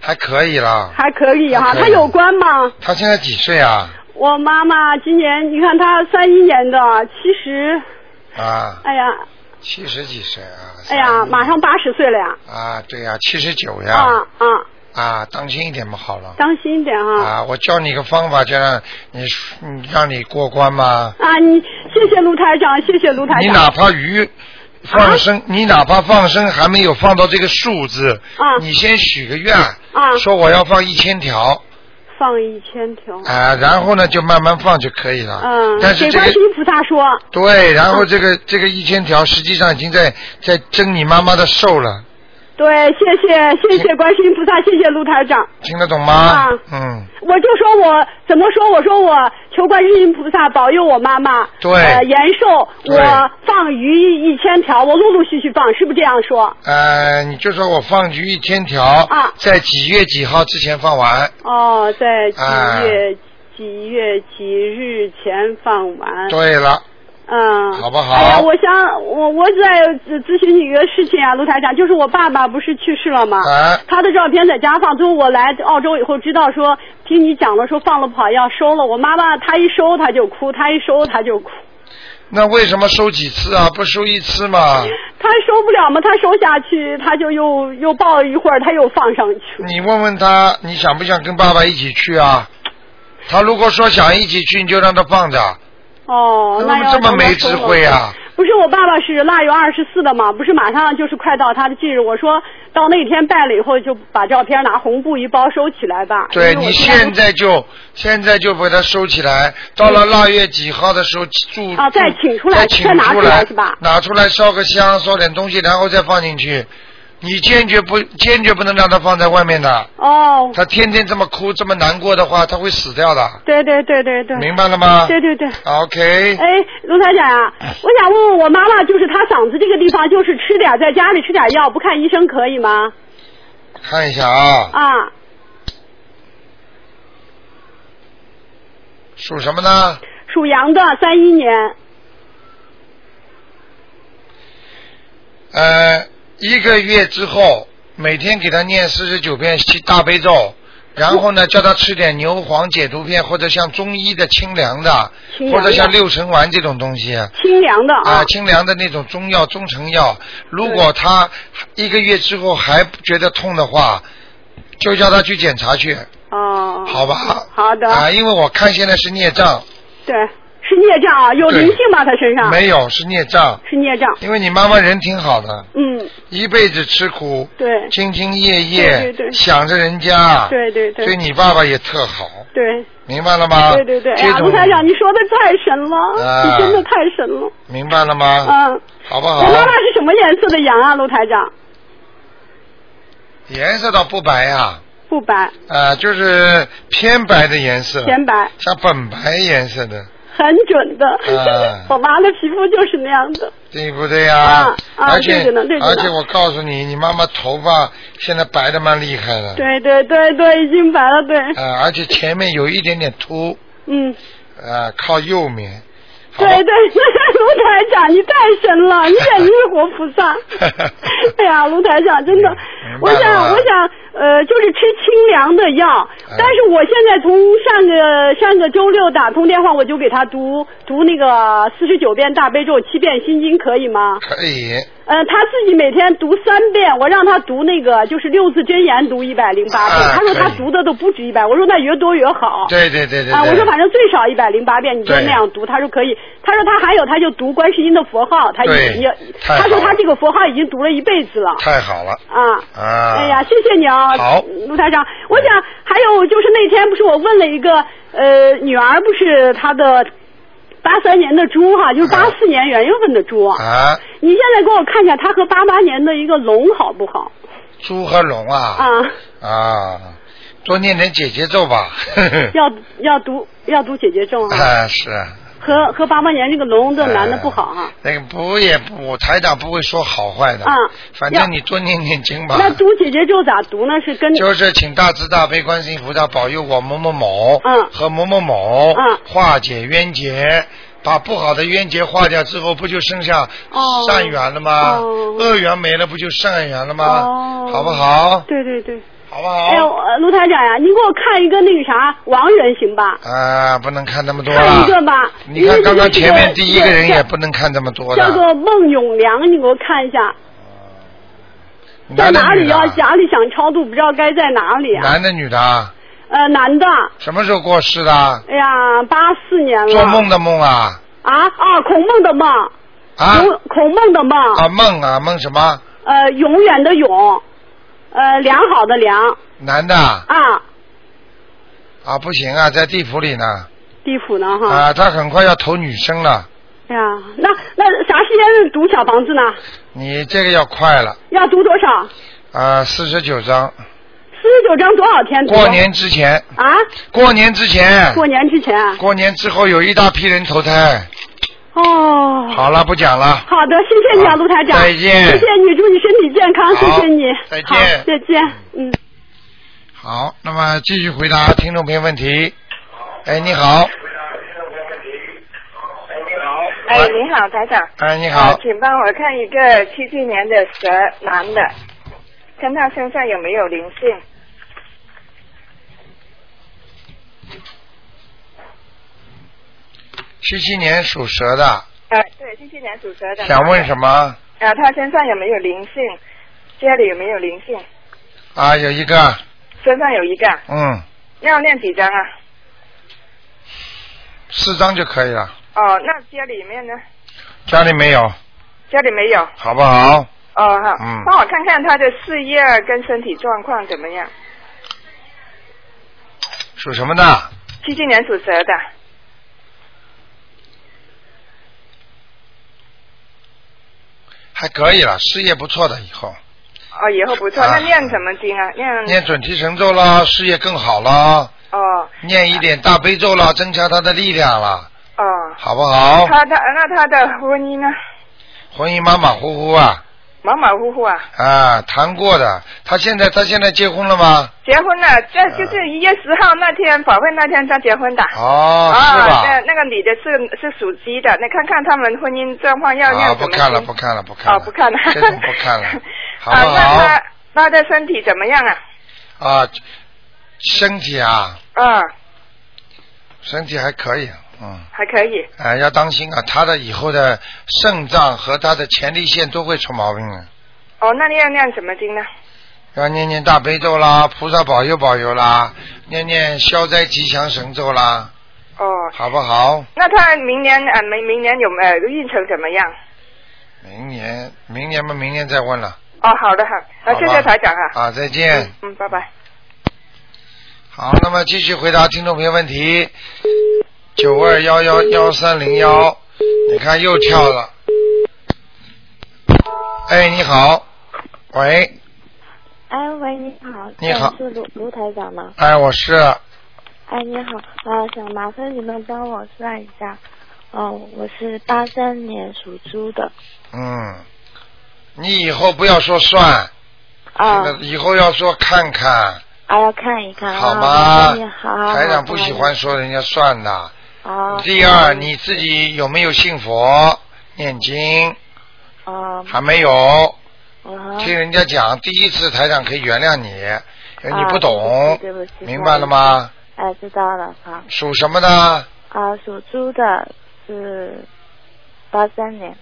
Speaker 1: 还可以啦。
Speaker 6: 还可以哈、
Speaker 1: 还可以
Speaker 6: 她有关吗？
Speaker 1: 他现在几岁啊？
Speaker 6: 我妈妈今年，你看她三一年的，七十，
Speaker 1: 啊，
Speaker 6: 哎呀，
Speaker 1: 七十几岁啊。
Speaker 6: 哎呀，
Speaker 1: 三
Speaker 6: 马上八十岁了呀，
Speaker 1: 啊，对呀、七十九呀。
Speaker 6: 啊啊，
Speaker 1: 啊，当心一点嘛，好了。
Speaker 6: 当心一点哈、
Speaker 1: 啊，我教你个方法，就让你你让你过关嘛。
Speaker 6: 啊，你谢谢卢台长，谢谢卢台
Speaker 1: 你
Speaker 6: 长。
Speaker 1: 哪怕鱼放生，你哪怕放生还没有放到这个数字，
Speaker 6: 啊
Speaker 1: 你先许个愿，
Speaker 6: 啊
Speaker 1: 说我要放一千条，
Speaker 6: 放一千条。
Speaker 1: 啊，然后呢就慢慢放就可以了。
Speaker 6: 嗯，
Speaker 1: 但是
Speaker 6: 给
Speaker 1: 这
Speaker 6: 观
Speaker 1: 个
Speaker 6: 世音菩萨说，
Speaker 1: 对，然后这个、这个一千条实际上已经在在争你妈妈的寿了，
Speaker 6: 对，谢谢谢谢观世音菩萨，谢谢卢台长。
Speaker 1: 听得懂吗？
Speaker 6: 啊
Speaker 1: 嗯，
Speaker 6: 我就说我怎么说？我说我求观世音菩萨保佑我妈妈
Speaker 1: 对
Speaker 6: 呃延寿。
Speaker 1: 对
Speaker 6: 我放鱼一千条，我陆陆续续放，是不是这样说？
Speaker 1: 呃，你就说我放鱼一千条，
Speaker 6: 啊
Speaker 1: 在几月几号之前放完？
Speaker 6: 哦，在几
Speaker 1: 哎
Speaker 6: 月、几月几日前放完？
Speaker 1: 对了，
Speaker 6: 嗯，
Speaker 1: 好不好
Speaker 6: 哎呀，我想我我在咨咨询你一个事情啊，卢台长，就是我爸爸不是去世了吗？
Speaker 1: 啊
Speaker 6: 他的照片在家放，最后我来澳洲以后知道说，听你讲了说放了不好要收了，我妈妈她一收她就哭，她一收她就哭，
Speaker 1: 那为什么收几次啊？不收一次嘛？
Speaker 6: 她收不了嘛，她收下去她就又又抱一会儿，她又放上去。
Speaker 1: 你问问他，啊你想不想跟爸爸一起去啊？他如果说想一起去，你就让他放着。
Speaker 6: 哦，
Speaker 1: 怎
Speaker 6: 那
Speaker 1: 么
Speaker 6: 要
Speaker 1: 这么
Speaker 6: 等到
Speaker 1: 没
Speaker 6: 收
Speaker 1: 智
Speaker 6: 了
Speaker 1: 慧啊？
Speaker 6: 不是我爸爸是腊月二十四的嘛，不是马上就是快到他的忌日，我说到那天拜了以后就把照片拿红布一包收起来吧。
Speaker 1: 对
Speaker 6: 因为
Speaker 1: 你
Speaker 6: 哎我
Speaker 1: 现在就现在就把它收起来，到了腊月几号的时候注
Speaker 6: 啊再请出来
Speaker 1: 再请
Speaker 6: 再拿
Speaker 1: 出
Speaker 6: 出
Speaker 1: 来
Speaker 6: 来是吧
Speaker 1: 拿出来烧个香，烧点东西，然后再放进去。你坚决不坚决不能让它放在外面的，
Speaker 6: 哦，
Speaker 1: 它天天这么哭这么难过的话，它会死掉的，
Speaker 6: 对对对对对，
Speaker 1: 明白了吗？
Speaker 6: 对对对。
Speaker 1: OK，
Speaker 6: 哎，卢台 长啊，我想问问我妈妈，就是她嗓子这个地方，就是吃点在家里吃点药，不看医生可以吗？
Speaker 1: 看一下啊，
Speaker 6: 啊，
Speaker 1: 属什么呢？
Speaker 6: 属羊的，三一年。
Speaker 1: 呃，一个月之后，每天给他念四十九遍七大悲咒，然后呢，叫他吃点牛黄解毒片，或者像中医的清凉的，
Speaker 6: 清
Speaker 1: 或
Speaker 6: 凉的
Speaker 1: 者像六神丸这种东西。
Speaker 6: 清凉的
Speaker 1: 啊，清凉的那种中药、中成药，如果他一个月之后还觉得痛的话，就叫他去检查去，
Speaker 6: 哦，
Speaker 1: 好吧？
Speaker 6: 好的，
Speaker 1: 啊，因为我看现在是孽障，
Speaker 6: 对，是孽障啊，有
Speaker 1: 对
Speaker 6: 灵性吗？他身上
Speaker 1: 没有是孽障，
Speaker 6: 是孽障，
Speaker 1: 因为你妈妈人挺好的，
Speaker 6: 嗯，
Speaker 1: 一辈子吃苦，
Speaker 6: 对，
Speaker 1: 兢兢业业，
Speaker 6: 对对对
Speaker 1: 想着人家，
Speaker 6: 对对对
Speaker 1: 对你爸爸也特好，
Speaker 6: 对，
Speaker 1: 明白了吗？
Speaker 6: 对对对，哎
Speaker 1: 这
Speaker 6: 呀，
Speaker 1: 种
Speaker 6: 卢台长，你说的太神
Speaker 1: 啊
Speaker 6: 了，你真的太神了，
Speaker 1: 明白了吗？
Speaker 6: 嗯，
Speaker 1: 好不
Speaker 6: 我
Speaker 1: 好？
Speaker 6: 妈妈是什么颜色的羊啊，卢台长？
Speaker 1: 颜色倒不白啊，
Speaker 6: 不白，
Speaker 1: 啊，就是偏白的颜色，
Speaker 6: 偏白，
Speaker 1: 像本白颜色的，
Speaker 6: 很准的
Speaker 1: 啊，
Speaker 6: 我妈的皮肤就是那样的，
Speaker 1: 对不对呀、
Speaker 6: 啊啊
Speaker 1: 而且
Speaker 6: 对着呢对着呢
Speaker 1: 而且我告诉你，你妈妈头发现在白的蛮厉害的。。
Speaker 6: 对对对对，已经白了，对，
Speaker 1: 啊，而且前面有一点点秃，
Speaker 6: 嗯，
Speaker 1: 啊，靠右面。好吧！
Speaker 6: 对对， 卢台长，你太神了，你简直是活菩萨 哎呀，卢台长，真的
Speaker 1: 明，
Speaker 6: 我
Speaker 1: 白了嗯
Speaker 6: 想
Speaker 1: 吧，
Speaker 6: 我想，呃，就是吃清凉的药，但是我现在从上个上个周六打通电话，我就给他读读那个四十九遍大悲咒，七遍心经，可以吗？
Speaker 1: 可以，
Speaker 6: 呃，他自己每天读三遍，我让他读那个就是六字真言，读一百零八遍
Speaker 1: 啊。
Speaker 6: 他说他
Speaker 1: 可以
Speaker 6: 读的都不止一百，我说那越多越好。
Speaker 1: 对对对对对。
Speaker 6: 啊，我说反正最少一百零八遍，你就
Speaker 1: 对
Speaker 6: 那样读。他说可以，他说他还有他就读观世音的佛号，他
Speaker 1: 对
Speaker 6: 已经
Speaker 1: 太
Speaker 6: 他说
Speaker 1: 好
Speaker 6: 他
Speaker 1: 了
Speaker 6: 这个佛号已经读了一辈子了
Speaker 1: 太好了
Speaker 6: 啊。
Speaker 1: 啊！
Speaker 6: 哎呀，谢谢你啊，
Speaker 1: 好
Speaker 6: 卢台长。我想还有就是那天不是我问了一个呃女儿不是她的八三年的猪哈、就是八四年元月份的猪。
Speaker 1: 啊，
Speaker 6: 你现在给我看一下她和八八年的一个龙好不好
Speaker 1: 猪和龙啊
Speaker 6: 啊？
Speaker 1: 啊多念点姐姐咒吧。
Speaker 6: 要要读要读姐姐咒啊，
Speaker 1: 啊，是啊
Speaker 6: 和和八八年这个龙的男的不好哈、
Speaker 1: 哎那个不也不，我台长不会说好坏的。
Speaker 6: 啊
Speaker 1: 反
Speaker 6: 要
Speaker 1: 正你多念念经吧。
Speaker 6: 那读姐姐咒咋读呢？是跟
Speaker 1: 就是请大慈大悲观世音菩萨保佑我某某某
Speaker 6: 嗯
Speaker 1: 和某某某
Speaker 6: 嗯
Speaker 1: 化解冤结，把不好的冤结化掉之后，不就剩下
Speaker 6: 哦
Speaker 1: 善缘了吗？
Speaker 6: 哦
Speaker 1: 恶缘没了，不就善缘了吗
Speaker 6: 哦？
Speaker 1: 好不好？
Speaker 6: 对对对。
Speaker 1: 好不
Speaker 6: 哎呦，
Speaker 1: 好？
Speaker 6: 呃卢台长呀、你给我看一个那个啥亡人行吧？
Speaker 1: 啊，不能看那么多
Speaker 6: 看一个
Speaker 1: 了。
Speaker 6: 吧。
Speaker 1: 你看刚刚前面第一个人也
Speaker 6: 叫
Speaker 1: 不能看这么多
Speaker 6: 叫
Speaker 1: 的。
Speaker 6: 做孟永良，你给我看一下，在
Speaker 1: 男的
Speaker 6: 哪
Speaker 1: 女
Speaker 6: 里
Speaker 1: 的啊
Speaker 6: 要？家里想超度，不知道该在哪里啊？
Speaker 1: 男的女的啊？
Speaker 6: 呃，男的。
Speaker 1: 什么时候过世的啊？
Speaker 6: 哎呀，八四年了。
Speaker 1: 做梦的梦啊？
Speaker 6: 啊啊，孔孟的梦，
Speaker 1: 啊
Speaker 6: 孔孔孟的梦，
Speaker 1: 啊梦啊梦什么？
Speaker 6: 呃，永远的永，呃，良好的良
Speaker 1: 男的啊
Speaker 6: 啊，
Speaker 1: 啊不行啊，在地府里呢。
Speaker 6: 地府呢哈。
Speaker 1: 啊，他很快要投女生了，
Speaker 6: 哎呀，那那啥时间读小房子呢？
Speaker 1: 你这个要快了
Speaker 6: 要读多少？
Speaker 1: 啊，四十九章，
Speaker 6: 四十九章多少天读？
Speaker 1: 过年之前，
Speaker 6: 啊？
Speaker 1: 过年之前，
Speaker 6: 过年之前啊？
Speaker 1: 过年之后有一大批人投胎。
Speaker 6: 哦。
Speaker 1: 好了，不讲了，
Speaker 6: 好的，谢谢你啊，
Speaker 1: 好
Speaker 6: 卢台长。
Speaker 1: 再见
Speaker 6: 谢谢你，祝你身体健康，谢
Speaker 1: 好
Speaker 6: 谢你。
Speaker 1: 再见
Speaker 6: 好再见。嗯。
Speaker 1: 好，那么继续回答听众朋友问题。哎，你好，
Speaker 7: 哎，你好，台长。
Speaker 1: 哎，你好
Speaker 7: 呃，请帮我看一个七七年的蛇男的，看他身上有没有灵性。
Speaker 1: 七七年属蛇的，
Speaker 7: 呃，对，七七年属蛇的。
Speaker 1: 想问什
Speaker 7: 么？
Speaker 1: 么？
Speaker 7: 呃，他身上有没有灵性？家里有没有灵性？
Speaker 1: 啊，有一个，
Speaker 7: 身上有一个，
Speaker 1: 嗯，
Speaker 7: 要念几张啊？
Speaker 1: 四张就可以了，
Speaker 7: 哦，那家里面呢？
Speaker 1: 家里没有，
Speaker 7: 家里没有。
Speaker 1: 好不好？
Speaker 7: 哦，好，
Speaker 1: 嗯
Speaker 7: 帮我看看他的事业跟身体状况怎么样。
Speaker 1: 属什么的？
Speaker 7: 七七年属蛇的，
Speaker 1: 还可以了，事业不错的，以后。
Speaker 7: 哦，以后不错。
Speaker 1: 啊
Speaker 7: 那念什么经啊？念
Speaker 1: 念准提神咒啦，事业更好啦，
Speaker 7: 哦
Speaker 1: 念一点大悲咒啦，增强他的力量啦，
Speaker 7: 哦。
Speaker 1: 好不好？
Speaker 7: 他的那他的婚姻呢？
Speaker 1: 婚姻马马虎虎啊，
Speaker 7: 马马虎虎啊，
Speaker 1: 啊，谈过的。他现在他现在结婚了吗？
Speaker 7: 结婚了，这
Speaker 1: 嗯
Speaker 7: 就是一月十号那天宝会那天他结婚的。
Speaker 1: 哦，
Speaker 7: 啊
Speaker 1: 是吧？
Speaker 7: 那那个女的是是属鸡的，你看看他们婚姻状况要
Speaker 1: 啊，
Speaker 7: 要怎
Speaker 1: 不
Speaker 7: 么
Speaker 1: 看了，
Speaker 7: 行
Speaker 1: 不看了，不看了，
Speaker 7: 哦不看了
Speaker 1: 这种不看 了，好不
Speaker 7: 啊，那
Speaker 1: 好？
Speaker 7: 他他的身体怎么样啊？
Speaker 1: 啊，身体啊，
Speaker 7: 嗯，
Speaker 1: 身体还可以，嗯，
Speaker 7: 还可以。
Speaker 1: 哎、要当心啊，他的以后的肾脏和他的前列腺都会出毛病的，
Speaker 7: 哦，那你要念什么经呢？
Speaker 1: 要念念大悲咒啦，菩萨保佑保佑啦，念念消灾吉祥神咒啦，
Speaker 7: 哦，
Speaker 1: 好不好？
Speaker 7: 那他明年呃明明年有呃运程怎么样？
Speaker 1: 明年，明年嘛，明年再问了。
Speaker 7: 哦，好的好，那
Speaker 1: 好
Speaker 7: 谢
Speaker 1: 吧
Speaker 7: 谢台长啊。
Speaker 1: 啊，再见。
Speaker 7: 嗯，拜拜。
Speaker 1: 好，那么继续回答听众朋友问题。九二幺幺幺三零幺，你看又跳了。哎，你好，喂，
Speaker 8: 哎喂，你好，
Speaker 1: 你好
Speaker 8: 这是卢卢台长吗？
Speaker 1: 哎，我是
Speaker 8: 哎，你好，啊，想麻烦你们帮我算一下，哦，我是八三年属猪的，
Speaker 1: 嗯，你以后不要说算，
Speaker 8: 啊，
Speaker 1: 以后要说看看，
Speaker 8: 啊，要看一看，
Speaker 1: 好
Speaker 8: 啊
Speaker 1: 吗？
Speaker 8: 你好，
Speaker 1: 台长不喜欢说人家算的。
Speaker 8: 啊。
Speaker 1: 第二，你自己有没有信佛、念经？
Speaker 8: 啊，
Speaker 1: 还没有。
Speaker 8: 啊
Speaker 1: 听人家讲，第一次台长可以原谅你，因为你
Speaker 8: 啊
Speaker 1: 不懂，
Speaker 8: 对不起对不起
Speaker 1: 明白了吗？
Speaker 8: 哎，知道了，好，
Speaker 1: 属什么的？
Speaker 8: 啊，属猪的是八三年，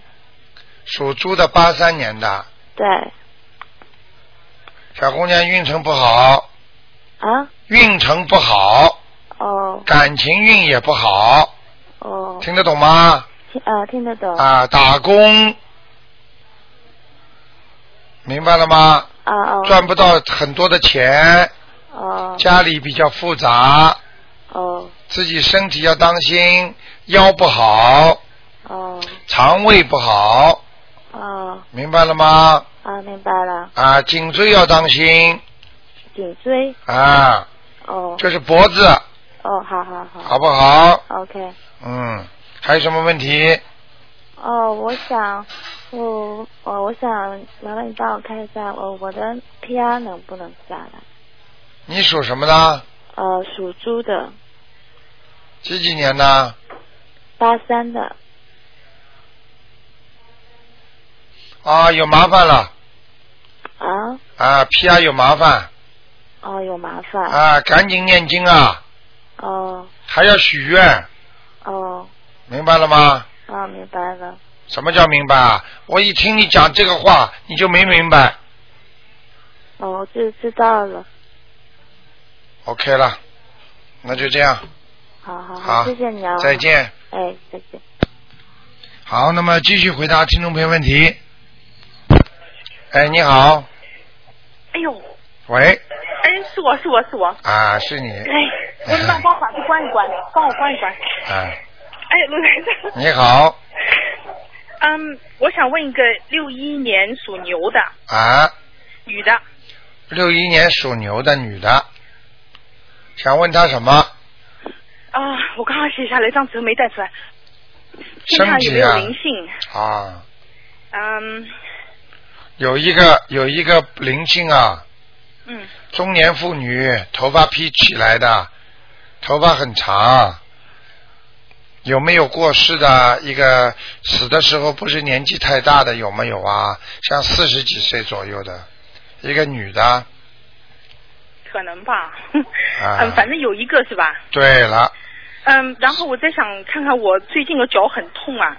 Speaker 1: 属猪的，八三年的
Speaker 8: 对，
Speaker 1: 小姑娘运程不好，
Speaker 8: 啊，
Speaker 1: 运程不好，
Speaker 8: 哦，
Speaker 1: 感情运也不好，
Speaker 8: 哦，
Speaker 1: 听得懂吗？
Speaker 8: 听啊，听得懂，
Speaker 1: 啊，打工，明白了吗？
Speaker 8: 啊哦，
Speaker 1: 赚不到很多的钱，
Speaker 8: 哦，
Speaker 1: 家里比较复杂，
Speaker 8: 哦，
Speaker 1: 自己身体要当心，腰不好，
Speaker 8: 哦，
Speaker 1: 肠胃不好，
Speaker 8: 哦，
Speaker 1: 明白了吗？
Speaker 8: 啊，明白了，
Speaker 1: 啊，颈椎要当心
Speaker 8: 颈椎，
Speaker 1: 啊，
Speaker 8: 哦，
Speaker 1: 就是脖子，
Speaker 8: 哦，好好好
Speaker 1: 好不好？
Speaker 8: ，OK。
Speaker 1: 嗯，还有什么问题？
Speaker 8: 哦，我想，我哦我我想麻烦你帮我看一下，哦我我的 PR 能不能下来？
Speaker 1: 你属什么的？
Speaker 8: 呃，属猪的，
Speaker 1: 几几年的？
Speaker 8: 八三的，
Speaker 1: 啊，有麻烦了
Speaker 8: 啊，
Speaker 1: 啊，PR 有麻烦
Speaker 8: 哦，有麻烦，
Speaker 1: 啊，赶紧念经啊，
Speaker 8: 哦
Speaker 1: 还要许愿，
Speaker 8: 哦，
Speaker 1: 明白了吗？
Speaker 8: 啊，明白了，
Speaker 1: 什么叫明白啊？我一听你讲这个话，你就没明白。
Speaker 8: 哦，我知知道了，
Speaker 1: OK 了，那就这样，
Speaker 8: 好好
Speaker 1: 好，
Speaker 8: 谢谢你啊，
Speaker 1: 再，见。
Speaker 8: 哎，再见。
Speaker 1: 好，那么继续回答听众朋友问题。哎，你好，
Speaker 3: 哎呦，
Speaker 1: 喂，
Speaker 3: 哎，是我是我是我，
Speaker 1: 啊，是你，
Speaker 3: 哎，我让帮我把这关一关，帮我关一关。
Speaker 1: 啊，
Speaker 3: 哎，卢台长，
Speaker 1: 你好，
Speaker 3: 嗯，我想问一个六一年属牛的
Speaker 1: 啊，
Speaker 3: 女的，
Speaker 1: 六一年属牛的女的，想问她什么？
Speaker 3: 啊，我刚刚写下来，一张纸没带出来，身
Speaker 1: 身
Speaker 3: 上有没
Speaker 1: 体
Speaker 3: 有
Speaker 1: 啊，
Speaker 3: 灵性？
Speaker 1: 啊，
Speaker 3: 嗯
Speaker 1: 有一个有一个灵性啊，
Speaker 3: 嗯，
Speaker 1: 中年妇女，头发披起来的，头发很长，有没有过世的？一个死的时候不是年纪太大的有没有啊？像四十几岁左右的，一个女的。
Speaker 3: 可能吧，
Speaker 1: 啊
Speaker 3: 嗯，反正有一个是吧？
Speaker 1: 对了，
Speaker 3: 嗯，然后我再想看看我最近的脚很痛啊。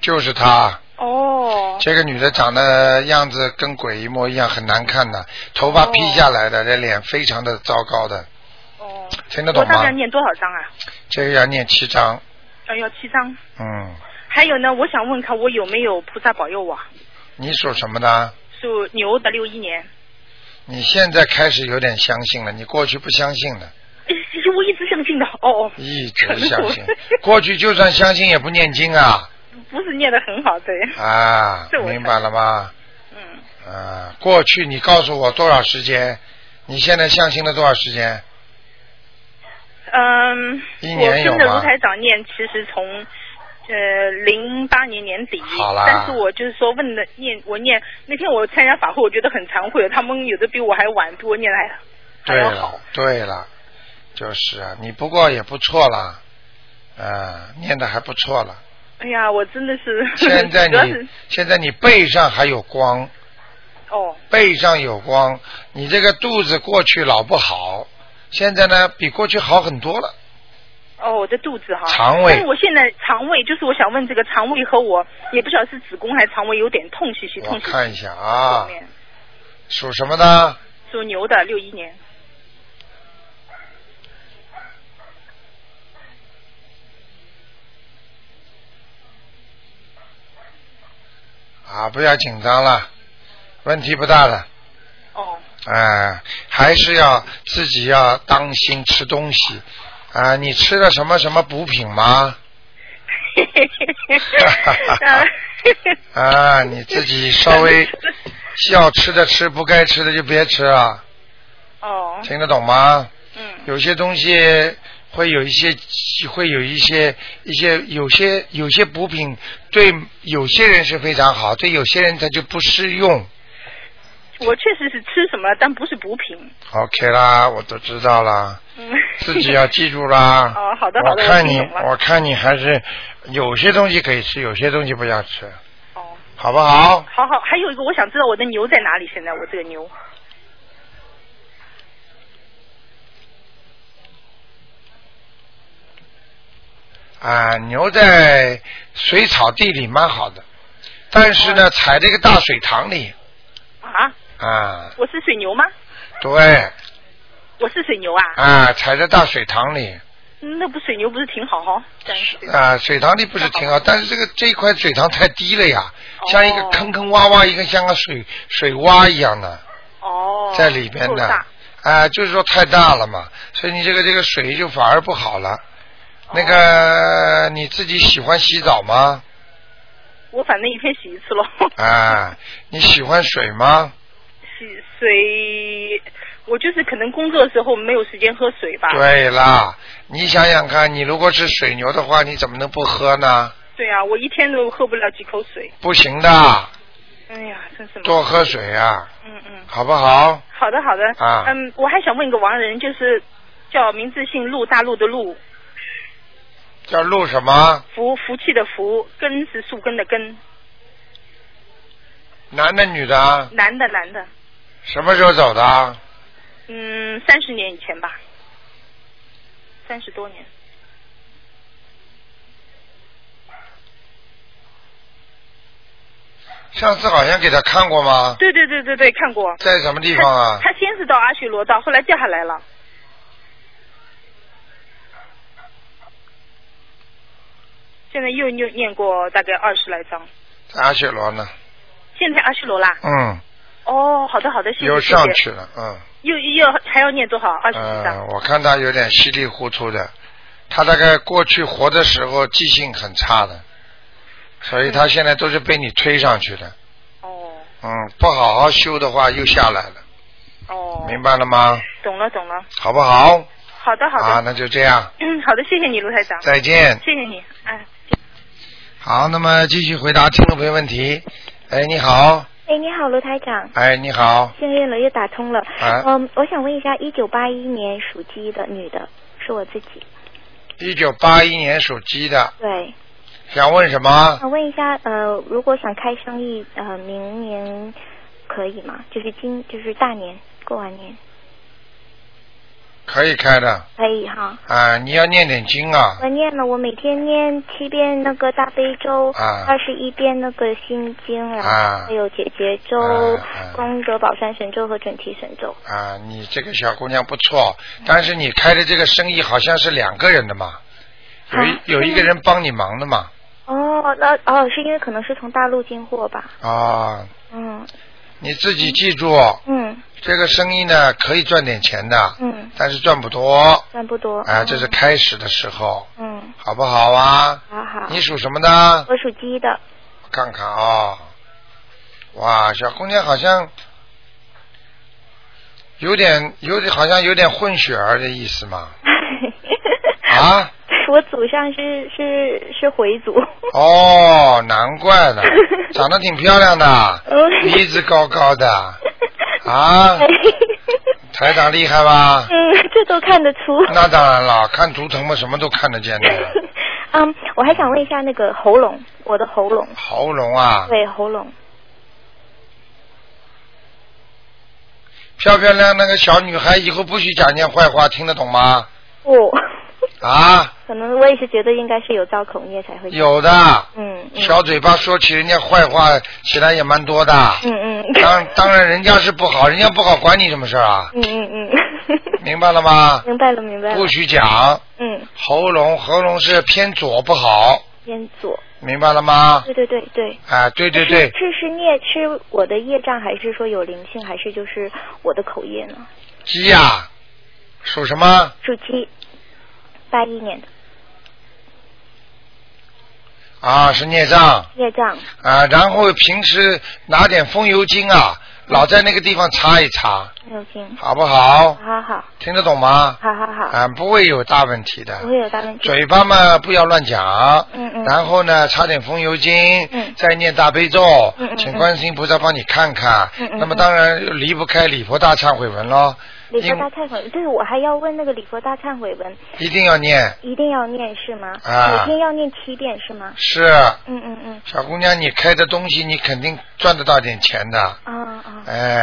Speaker 1: 就是她，
Speaker 3: 哦，
Speaker 1: 这个女的长得样子跟鬼一模一样，很难看的，头发披下来的，这脸非常的糟糕的，
Speaker 3: 哦，
Speaker 1: 听得
Speaker 3: 我
Speaker 1: 懂
Speaker 3: 大
Speaker 1: 吗
Speaker 3: 概？念多少张啊？
Speaker 1: 这个要念七章，
Speaker 3: 呃，要七张。
Speaker 1: 嗯，
Speaker 3: 还有呢，我想问看我有没有菩萨保佑我？
Speaker 1: 你属什么的？
Speaker 3: 属牛的六一年，
Speaker 1: 你现在开始有点相信了，你过去不相信的，
Speaker 3: 哎我一直相信的。哦哦，
Speaker 1: 一直相信。 过去就算相信也不念经啊
Speaker 3: 不是念的很好，对，
Speaker 1: 啊
Speaker 3: 是，我
Speaker 1: 明白了吗？
Speaker 3: 嗯，
Speaker 1: 啊，过去你告诉我多少时间，你现在相信了多少时间？
Speaker 3: 嗯
Speaker 1: 一，
Speaker 3: 我
Speaker 1: 年有
Speaker 3: 嗯跟着
Speaker 1: 吗
Speaker 3: 卢台长念，其实从呃，零八年年底
Speaker 1: 好啦，
Speaker 3: 但是我就是说问的念我念那天我参加法会，我觉得很惭愧，他们有的比我还晚，比我念的还
Speaker 1: 对了，对了，就是啊，你不过也不错啦，啊，念的还不错了。
Speaker 3: 哎呀，我真的是
Speaker 1: 现在
Speaker 3: 主要是
Speaker 1: 你现在你背上还有光，
Speaker 3: 哦
Speaker 1: 背上有光，你这个肚子过去老不好，现在呢比过去好很多了。
Speaker 3: 哦，我的肚子哈，
Speaker 1: 肠胃
Speaker 3: 但我现在肠胃就是我想问这个肠胃和我也不晓得是子宫还是肠胃有点痛兮兮
Speaker 1: 我
Speaker 3: 痛兮兮。
Speaker 1: 看一下啊
Speaker 3: 后，面
Speaker 1: 属什么呢？
Speaker 3: 属牛的，六一年。
Speaker 1: 啊，不要紧张了，问题不大的。
Speaker 3: 哦
Speaker 1: 哎，还是要自己要当心吃东西啊！你吃了什么什么补品 吗？
Speaker 3: 嘿嘿嘿嘿啊嘿嘿
Speaker 1: 啊，你自己稍微要吃的吃，不该吃的就别吃了，
Speaker 3: 哦，
Speaker 1: 听得懂吗？
Speaker 3: 嗯，
Speaker 1: 有些东西会有一些，会有一些一些有些有些补品对有些人是非常好，对有些人它就不适用。
Speaker 3: 我确实是吃什么，但不是补品。
Speaker 1: OK 啦，我都知道 啦。
Speaker 3: 嗯，
Speaker 1: 自己要记住啦。
Speaker 3: 哦好的好的
Speaker 1: 啊我看你
Speaker 3: 我听懂，了
Speaker 1: 我看你还是有些东西可以吃，有些东西不要吃，
Speaker 3: 哦，
Speaker 1: 好不好？
Speaker 3: 好好，还有一个，我想知道我的牛在哪里？现在我这个牛，
Speaker 1: 啊，牛在水草地里蛮好的，但是
Speaker 3: 哦
Speaker 1: 呢，踩这个大水塘里
Speaker 3: 啊，
Speaker 1: 啊，
Speaker 3: 我是水牛吗？
Speaker 1: 对
Speaker 3: 我是水牛啊，
Speaker 1: 啊，踩在大水塘里
Speaker 3: 那不水牛不是挺好哈？这样子
Speaker 1: 啊，水塘里不是挺好，但是这个这一块水塘太低了呀，像一个
Speaker 3: 哦
Speaker 1: 坑坑洼洼，一个像个水水洼一样的。
Speaker 3: 哦，
Speaker 1: 在里边
Speaker 3: 够
Speaker 1: 的，
Speaker 3: 大
Speaker 1: 啊、就是说太大了嘛，所以你这个这个水就反而不好了。那
Speaker 3: 哦
Speaker 1: 个你自己喜欢洗澡 吗？
Speaker 3: 我反正一天洗一次喽。
Speaker 1: 啊，你喜欢水吗？
Speaker 3: 洗水，我就是可能工作的时候没有时间喝水吧。
Speaker 1: 对啦，你想想看，你如果是水牛的话，你怎么能不喝呢？
Speaker 3: 对啊，我一天都喝不了几口水。
Speaker 1: 不行的，
Speaker 3: 哎呀，真是
Speaker 1: 多喝水啊，
Speaker 3: 嗯嗯，
Speaker 1: 好不好？
Speaker 3: 好的好的。
Speaker 1: 啊
Speaker 3: 嗯，我还想问一个王人，就是叫名字姓陆，大陆的陆，
Speaker 1: 叫陆什么？
Speaker 3: 福福气的福，根是树根的根，
Speaker 1: 男的女的啊？
Speaker 3: 男的男的。
Speaker 1: 什么时候走的啊？
Speaker 3: 嗯，三十年以前吧，三十多年。
Speaker 1: 上次好像给他看过吗？
Speaker 3: 对对对对对，看过。
Speaker 1: 啊在什么地方啊？
Speaker 3: 他他先是到阿修罗道，后来掉下来了。现在又又念过大概二十来章，
Speaker 1: 在阿雪罗呢？
Speaker 3: 现在阿修罗啦。
Speaker 1: 嗯，
Speaker 3: 哦，好的好的，谢
Speaker 1: 又
Speaker 3: 谢谢
Speaker 1: 上
Speaker 3: 谢。
Speaker 1: 去了，嗯。
Speaker 3: 又又要还要念多少？ 二十几章。
Speaker 1: 嗯，我看他有点稀里糊涂的，他大概过去活的时候记性很差的，所以他现在都是被你推上去的。
Speaker 3: 哦
Speaker 1: 嗯，不好好修的话又下来了，
Speaker 3: 哦，
Speaker 1: 明白了吗？
Speaker 3: 懂了懂了。
Speaker 1: 好不好？
Speaker 3: 好的好
Speaker 1: 啊，那
Speaker 3: 的，
Speaker 1: 就这样，
Speaker 3: 嗯， 好的，谢谢你卢台长，
Speaker 1: 再见。
Speaker 3: 谢谢你，哎。
Speaker 1: 好，那么继续回答听众朋友问题。哎，你好，
Speaker 8: 哎，你好，卢台长，
Speaker 1: 哎，你好，
Speaker 8: 幸运了又打通了。
Speaker 1: 啊
Speaker 8: 嗯，我想问一下，一九八一年属鸡的女的，是我自己。
Speaker 1: 一九八一年属鸡的，
Speaker 8: 对，
Speaker 1: 想问什么？
Speaker 8: 想问一下，呃，如果想开生意，呃，明年可以吗？就是今就是大年过完年
Speaker 1: 可以开的
Speaker 8: 可以哈。
Speaker 1: 啊，你要念点经啊
Speaker 8: 我念了，我每天念七遍那个大悲咒，
Speaker 1: 啊
Speaker 8: 二十一遍那个心经，然后
Speaker 1: 啊
Speaker 8: 还有解结咒、
Speaker 1: 啊啊
Speaker 8: 功德宝山神咒和准提神咒。
Speaker 1: 啊，你这个小姑娘不错，但是你开的这个生意好像是两个人的嘛，有一
Speaker 8: 啊
Speaker 1: 有一个人帮你忙的嘛，
Speaker 8: 哦，那哦，是因为可能是从大陆进货吧？
Speaker 1: 啊，
Speaker 8: 嗯
Speaker 1: 你自己记住，
Speaker 8: 嗯
Speaker 1: 这个生意呢可以赚点钱的，
Speaker 8: 嗯，
Speaker 1: 但是赚不多，
Speaker 8: 赚不多。
Speaker 1: 啊，这是开始的时候，
Speaker 8: 嗯，
Speaker 1: 好不好啊？
Speaker 8: 好好。
Speaker 1: 你属什么呢？
Speaker 8: 我属鸡的，
Speaker 1: 我看看啊、哇，小姑娘好像有点有点好像有点混血儿的意思嘛，啊，
Speaker 9: 我祖上是是是回族，
Speaker 1: 哦，难怪 了，长得挺漂亮的，
Speaker 9: 嗯
Speaker 1: 鼻子高高的， 啊，台长厉害吧？
Speaker 9: 嗯，这都看得出。
Speaker 1: 那当然了，看图腾嘛，什么都看得见 的。
Speaker 9: 嗯，我还想问一下那个喉咙，我的喉咙，
Speaker 1: 喉咙啊，
Speaker 9: 对喉咙，
Speaker 1: 漂漂亮那个小女孩以后不许讲人家坏话，听得懂吗？
Speaker 9: 不、
Speaker 1: 啊，
Speaker 9: 可能我也是觉得应该是有造口业才会。
Speaker 1: 有的，
Speaker 9: 嗯嗯
Speaker 1: 小嘴巴说起人家坏话起来也蛮多的。
Speaker 9: 嗯嗯
Speaker 1: 当当然，人家是不好，人家不好管你什么事儿啊？
Speaker 9: 嗯嗯
Speaker 1: 明白了吗
Speaker 9: 嗯，？明白了明白了。
Speaker 1: 不许讲
Speaker 9: 嗯，
Speaker 1: 喉咙，喉咙是偏左不好，
Speaker 9: 偏左。
Speaker 1: 明白了吗？
Speaker 9: 对对对对。
Speaker 1: 啊，对对对，
Speaker 9: 是是孽是我的业障，还是说有灵性，还是就是我的口业呢？
Speaker 1: 鸡呀、属什么？
Speaker 9: 属鸡，八一年的
Speaker 1: 啊，是孽障
Speaker 9: 业障。
Speaker 1: 啊。然后平时拿点风油精啊，
Speaker 9: 嗯
Speaker 1: 老在那个地方擦一擦，
Speaker 9: 没有听。
Speaker 1: 好不好？
Speaker 9: 好好
Speaker 1: 听得懂吗？
Speaker 9: 好好好好，
Speaker 1: 啊，不会有大问题
Speaker 9: 不
Speaker 1: 的。
Speaker 9: 会有大问题。
Speaker 1: 嘴巴嘛，不要乱讲。
Speaker 9: 嗯嗯
Speaker 1: 然后呢，擦点风油精，
Speaker 9: 嗯
Speaker 1: 再念大悲咒，
Speaker 9: 嗯嗯
Speaker 1: 请观世音菩萨帮你看看。
Speaker 9: 嗯嗯
Speaker 1: 那么当然离不开礼佛大忏悔文咯，
Speaker 9: 礼佛
Speaker 1: 因
Speaker 9: 大忏悔，对我还要问那个礼佛大忏悔文，
Speaker 1: 一定要念。
Speaker 9: 一定要念是吗？
Speaker 1: 啊
Speaker 9: 每天要念七遍是吗？
Speaker 1: 是，
Speaker 9: 嗯嗯嗯，
Speaker 1: 小姑娘，你开的东西，你肯定赚得到点钱的。
Speaker 9: 啊啊，
Speaker 1: 哎，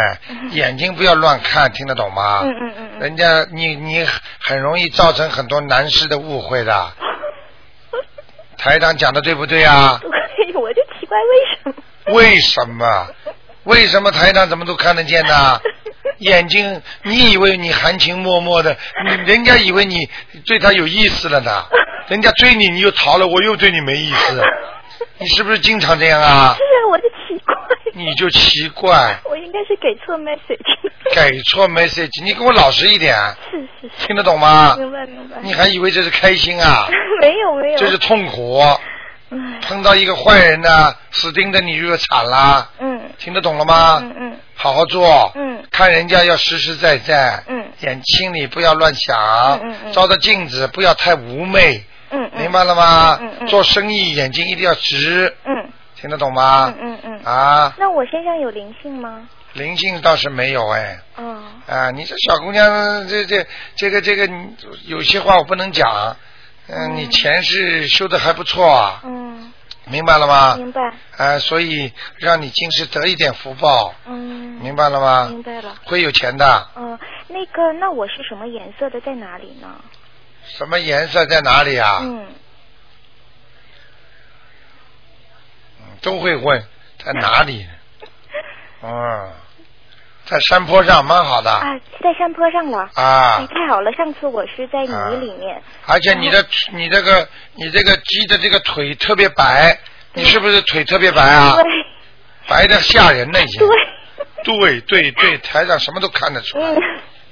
Speaker 1: 眼睛不要乱看，听得懂吗？
Speaker 9: 嗯嗯嗯嗯，
Speaker 1: 人家你你很容易造成很多男士的误会 的。台长讲的对不对 啊？
Speaker 9: 对，我就奇怪为什么？
Speaker 1: 为什么？为什么台长怎么都看得见 呢？眼睛，你以为你含情脉脉的，你人家以为你对他有意思了 呢。人家追你，你又逃了，我又对你没意思。你是不是经常这样啊
Speaker 9: 是？啊，我就奇怪，
Speaker 1: 你就奇怪，
Speaker 9: 我应该是给错 message 了。
Speaker 1: 给错 message，你给我老实一点，啊
Speaker 9: 是是是，
Speaker 1: 听得懂吗？
Speaker 9: 明白明白。
Speaker 1: 你还以为这是开心啊？
Speaker 9: 没有没有，嗯
Speaker 1: 这是痛苦。
Speaker 9: 唉
Speaker 1: 碰到一个坏人呢，死盯着你就惨啦。
Speaker 9: 嗯
Speaker 1: 听得懂了吗？
Speaker 9: 嗯嗯
Speaker 1: 好好做，
Speaker 9: 嗯
Speaker 1: 看人家要实实在在，
Speaker 9: 嗯
Speaker 1: 眼睛里不要乱想，
Speaker 9: 嗯嗯
Speaker 1: 照着镜子不要太妩媚，
Speaker 9: 嗯，嗯
Speaker 1: 明白了吗？
Speaker 9: 嗯嗯
Speaker 1: 做生意眼睛一定要直，
Speaker 9: 嗯
Speaker 1: 听得懂吗
Speaker 9: 嗯？嗯嗯。
Speaker 1: 啊，
Speaker 9: 那我身上有灵性吗？
Speaker 1: 灵性倒是没有哎，
Speaker 9: 哦，
Speaker 1: 啊，你这小姑娘，这这这个这个，你有些话我不能讲。嗯，你前世修的还不错啊，
Speaker 9: 嗯，
Speaker 1: 明白了吗？
Speaker 9: 明白，
Speaker 1: 啊，所以让你今世得一点福报，
Speaker 9: 嗯，
Speaker 1: 明白了吗
Speaker 9: 明？白了。
Speaker 1: 会有钱的。
Speaker 9: 嗯，那个，那我是什么颜色的，在哪里呢？
Speaker 1: 什么颜色在哪里啊？
Speaker 9: 嗯，
Speaker 1: 都会问在哪 里。嗯，在山坡上蛮好的
Speaker 9: 啊，在山坡上了。哎，
Speaker 1: 啊，
Speaker 9: 太好了！上次我是在泥里面，
Speaker 1: 而且你的你这个你这个鸡的这个腿特别白，你是不是腿特别白啊？
Speaker 9: 嗯对
Speaker 1: 白的吓人了已经。
Speaker 9: 对，
Speaker 1: 对对 对，台上什么都看得出来，
Speaker 9: 嗯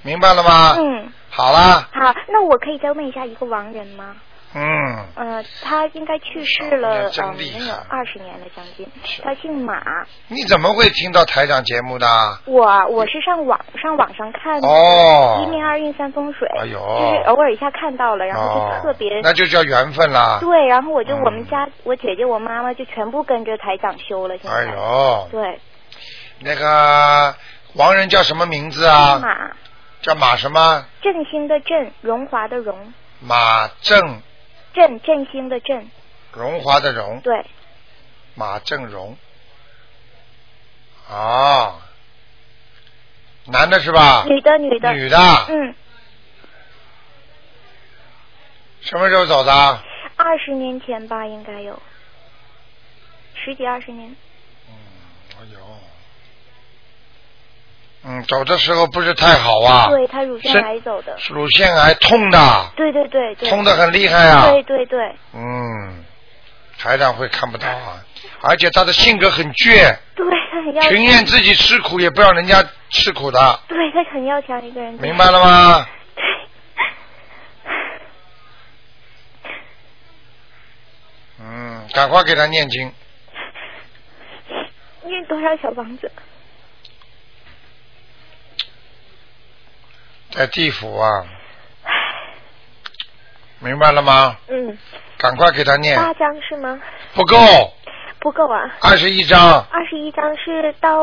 Speaker 1: 明白了吗？
Speaker 9: 嗯，
Speaker 1: 好啦，
Speaker 9: 好，那我可以再问一下一个亡人吗？
Speaker 1: 嗯，
Speaker 9: 呃，他应该去世了，
Speaker 1: 小
Speaker 9: 呃，
Speaker 1: 姑娘真厉害
Speaker 9: 没有二十年了，将近。他姓马，
Speaker 1: 你怎么会听到台长节目的？
Speaker 9: 我我是上网上网上看的
Speaker 1: 哦
Speaker 9: 一命二运三风水，
Speaker 1: 哎呦
Speaker 9: 就是偶尔一下看到了，然后就特别、
Speaker 1: 哦、那就叫缘分啦。
Speaker 9: 对，然后我就、
Speaker 1: 嗯
Speaker 9: 我们家我姐姐我妈妈就全部跟着台长修了，现在、
Speaker 1: 哎呦，
Speaker 9: 对
Speaker 1: 那个王人叫什么名字啊？
Speaker 9: 马
Speaker 1: 叫马什么？
Speaker 9: 振兴的振，荣华的荣，
Speaker 1: 马正
Speaker 9: 振振兴的振，
Speaker 1: 荣华的荣，
Speaker 9: 对，
Speaker 1: 马正荣。哦，男的是吧？
Speaker 9: 女的女的，
Speaker 1: 女的。
Speaker 9: 嗯，
Speaker 1: 什么时候走的？
Speaker 9: 二十年前吧，应该有十几二十年，
Speaker 1: 哎呦，嗯，走的时候不是太好啊，
Speaker 9: 对，她乳腺
Speaker 1: 是
Speaker 9: 癌走的，
Speaker 1: 乳腺癌痛的，
Speaker 9: 对对对对，
Speaker 1: 痛的很厉害啊。
Speaker 9: 对对对，
Speaker 1: 嗯，台长会看不到啊，而且他的性格很倔。
Speaker 9: 对她很要
Speaker 1: 情愿自己吃苦，也不让人家吃苦的，
Speaker 9: 对他很要强一个人。
Speaker 1: 明白了吗？嗯，赶快给他念经，
Speaker 9: 念多少小房子？
Speaker 1: 在地府啊，明白了吗？
Speaker 9: 嗯，
Speaker 1: 赶快给他念，
Speaker 9: 八张是吗？
Speaker 1: 不够，
Speaker 9: 不够啊。
Speaker 1: 二十一章，
Speaker 9: 二十一张是到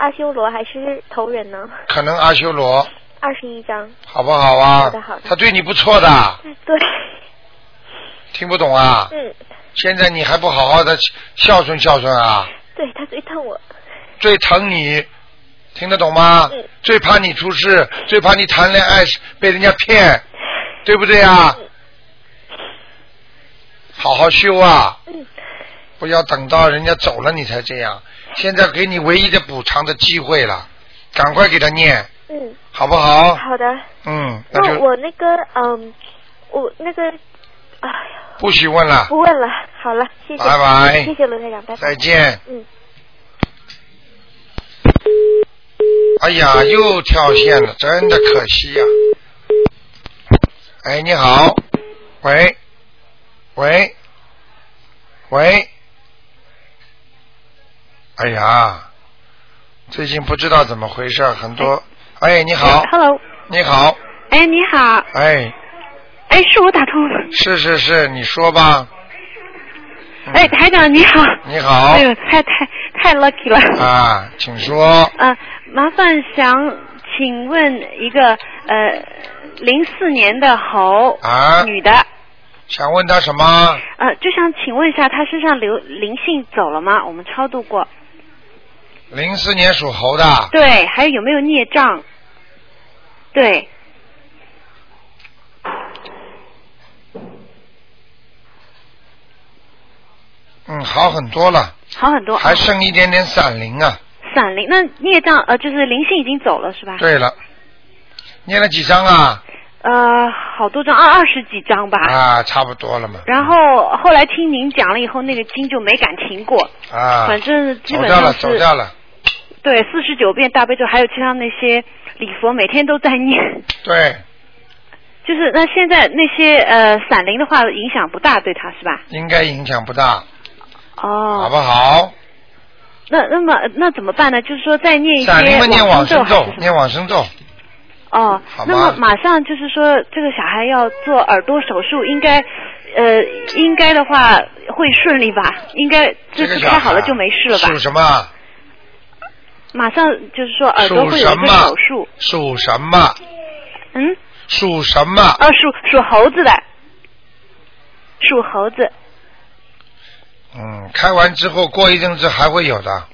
Speaker 9: 阿修罗还是头人呢？
Speaker 1: 可能阿修罗，
Speaker 9: 二十一张，
Speaker 1: 好不好啊？
Speaker 9: 好的好的
Speaker 1: 他对你不错的，
Speaker 9: 对，
Speaker 1: 听不懂啊？
Speaker 9: 嗯，
Speaker 1: 现在你还不好好的孝顺孝顺啊？
Speaker 9: 对他最疼我，
Speaker 1: 最疼你，听得懂吗？
Speaker 9: 嗯
Speaker 1: 最怕你出事，最怕你谈恋爱时被人家骗，对不对啊？
Speaker 9: 嗯
Speaker 1: 好好修啊！不要等到人家走了你才这样。现在给你唯一的补偿的机会了，赶快给他念，
Speaker 9: 嗯，
Speaker 1: 好不好？
Speaker 9: 好的。
Speaker 1: 嗯，那
Speaker 9: 那
Speaker 1: 就
Speaker 9: 我那个嗯，我那个，哎呀，
Speaker 1: 不许问了
Speaker 9: 不。问了，好了，谢谢，
Speaker 1: 拜拜
Speaker 9: 谢谢罗台长，拜拜，
Speaker 1: 再见
Speaker 9: 嗯，
Speaker 1: 哎呀，又跳线了，真的可惜呀、哎，你好，喂，喂，喂，哎呀，最近不知道怎么回事，很多。哎，你好，
Speaker 10: Hello，
Speaker 1: 你好，
Speaker 10: 哎，你好，
Speaker 1: 哎，
Speaker 10: 哎，是我打通了，
Speaker 1: 是是是，你说吧，
Speaker 10: 哎，台长你好，
Speaker 1: 嗯你好
Speaker 10: 哎呦，太太太 lucky 了，
Speaker 1: 啊，请说，
Speaker 10: 呃，麻烦想请问一个呃，零四年的猴，
Speaker 1: 啊
Speaker 10: 女的，
Speaker 1: 想问他什么？
Speaker 10: 呃，就想请问一下，她身上流灵性走了吗？我们超度过，
Speaker 1: 啊零四年属猴的，
Speaker 10: 对，还有有没有孽障？对，
Speaker 1: 嗯，好很多了，
Speaker 10: 好很多，
Speaker 1: 还剩一点点散灵啊。
Speaker 10: 闪灵，那孽障呃，就是灵性已经走了是吧？
Speaker 1: 对了，念了几张啊？
Speaker 10: 呃，好多张，二二十几张吧。
Speaker 1: 啊，差不多了嘛。
Speaker 10: 然后后来听您讲了以后，那个经就没敢停过，
Speaker 1: 啊，
Speaker 10: 反正基
Speaker 1: 走
Speaker 10: 本
Speaker 1: 掉
Speaker 10: 上
Speaker 1: 了，
Speaker 10: 是
Speaker 1: 走掉了。
Speaker 10: 对四十九遍大悲咒，还有其他那些礼佛，每天都在念。
Speaker 1: 对，
Speaker 10: 就是那现在那些呃散灵的话影响不大，对他是吧？
Speaker 1: 应该影响不大，
Speaker 10: 哦，
Speaker 1: 好不好？
Speaker 10: 那那么那怎么办呢？就是说再念一些
Speaker 1: 闪灵们念往
Speaker 10: 咒
Speaker 1: 生
Speaker 10: 还是
Speaker 1: 咒
Speaker 10: 什，么
Speaker 1: 念往生咒。
Speaker 10: 哦
Speaker 1: 好，
Speaker 10: 那
Speaker 1: 吗
Speaker 10: 么马上就是说这个小孩要做耳朵手术，应该呃应该的话会顺利吧？应该
Speaker 1: 这
Speaker 10: 这
Speaker 1: 个
Speaker 10: 次
Speaker 1: 小
Speaker 10: 开好了
Speaker 1: 孩
Speaker 10: 就没事了吧？
Speaker 1: 属什么？
Speaker 10: 马上就是说耳朵
Speaker 1: 属
Speaker 10: 会有
Speaker 1: 什
Speaker 10: 一个手
Speaker 1: 么
Speaker 10: 术，？
Speaker 1: 属什么？
Speaker 10: 嗯，
Speaker 1: 属什么？
Speaker 10: 呃，属属猴子的，属猴子
Speaker 1: 嗯，开完之后过一阵子还会有的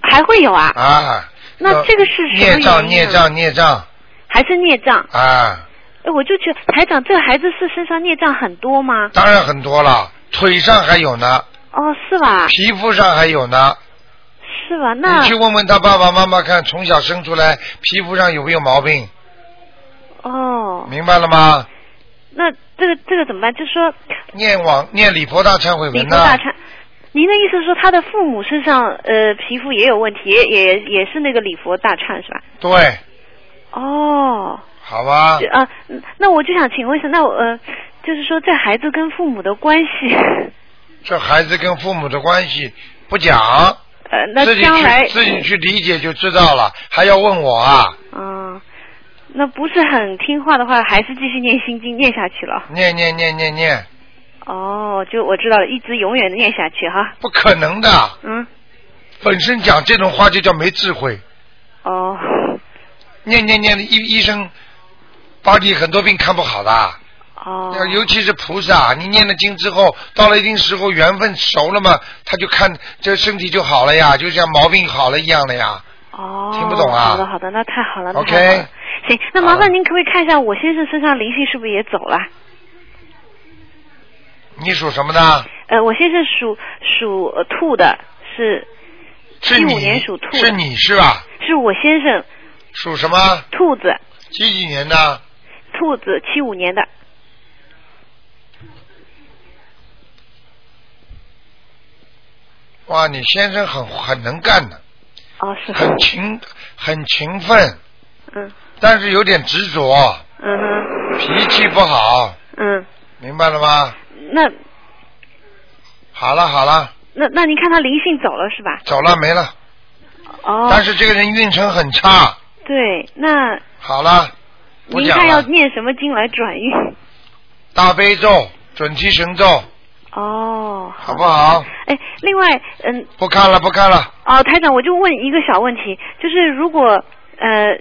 Speaker 10: 还会有啊？
Speaker 1: 啊。
Speaker 10: 那
Speaker 1: 要
Speaker 10: 这个是什么
Speaker 1: 孽障，
Speaker 10: 原因
Speaker 1: 孽
Speaker 10: 啊
Speaker 1: 障，孽障
Speaker 10: 还是孽障？
Speaker 1: 啊！
Speaker 10: 哎，我就觉得台长这个孩子是身上孽障很多吗？
Speaker 1: 当然很多了，腿上还有呢，
Speaker 10: 哦，是吧？
Speaker 1: 皮肤上还有呢。
Speaker 10: 是吧？那
Speaker 1: 你去问问他爸爸妈妈看，从小生出来皮肤上有没有毛病，
Speaker 10: 哦，
Speaker 1: 明白了吗？
Speaker 10: 那这个这个怎么办？就是说
Speaker 1: 念往念李婆大忏悔
Speaker 10: 李
Speaker 1: 文
Speaker 10: 国
Speaker 1: 呢
Speaker 10: 大，忏。您的意思是说他的父母身上呃皮肤也有问题，也也也是那个礼佛大忏是吧？
Speaker 1: 对，
Speaker 10: 哦，
Speaker 1: 好吧
Speaker 10: 就，啊，嗯那我就想请问一下，那我呃，就是说这孩子跟父母的关系，
Speaker 1: 这孩子跟父母的关系不讲，
Speaker 10: 呃，那
Speaker 1: 自己
Speaker 10: 将来
Speaker 1: 去自己去理解就知道了，还要问我啊？
Speaker 10: 嗯，那不是很听话的话，还是继续念心经念下去了。
Speaker 1: 念念念念念，
Speaker 10: 哦，就我知道了，一直永远的念下去哈。
Speaker 1: 不可能的，
Speaker 10: 嗯，
Speaker 1: 本身讲这种话就叫没智慧，
Speaker 10: 哦，
Speaker 1: 念念念的医医生把你很多病看不好的。
Speaker 10: 哦，
Speaker 1: 那尤其是菩萨，你念了经之后，到了一定时候，缘分熟了嘛，他就看这身体就好了呀，就像毛病好了一样的呀。
Speaker 10: 哦，
Speaker 1: 听不懂啊
Speaker 10: 好的，好的，那太好了。那
Speaker 1: OK
Speaker 10: 太好了行，那麻
Speaker 1: 好了
Speaker 10: 烦您可不可以看一下我先生身上灵性是不是也走了？
Speaker 1: 你属什么的？
Speaker 10: 呃，我先生属属呃兔的，是
Speaker 1: 是
Speaker 10: 75
Speaker 1: 你
Speaker 10: 年属兔的
Speaker 1: 是你是吧？
Speaker 10: 是我先生
Speaker 1: 属什么？
Speaker 10: 兔子，
Speaker 1: 几几年的？
Speaker 10: 兔子七五年的。
Speaker 1: 哇，你先生很很能干的，
Speaker 10: 哦，是吧。
Speaker 1: 很勤很勤奋，
Speaker 10: 嗯
Speaker 1: 但是有点执着，
Speaker 10: 嗯哼
Speaker 1: 脾气不好，
Speaker 10: 嗯，
Speaker 1: 明白了吗？
Speaker 10: 那
Speaker 1: 好了好了，
Speaker 10: 那那您看他灵性走了是吧？
Speaker 1: 走了没了。
Speaker 10: 哦，
Speaker 1: 但是这个人运程很差。
Speaker 10: 对，那
Speaker 1: 好了，不
Speaker 10: 您
Speaker 1: 讲
Speaker 10: 看要
Speaker 1: 了。
Speaker 10: 念什么经来转运？
Speaker 1: 大悲咒、准提神咒，
Speaker 10: 哦，
Speaker 1: 好不好？
Speaker 10: 哎，另外，嗯，
Speaker 1: 不看了，不看了。
Speaker 10: 哦，台长，我就问一个小问题，就是如果呃，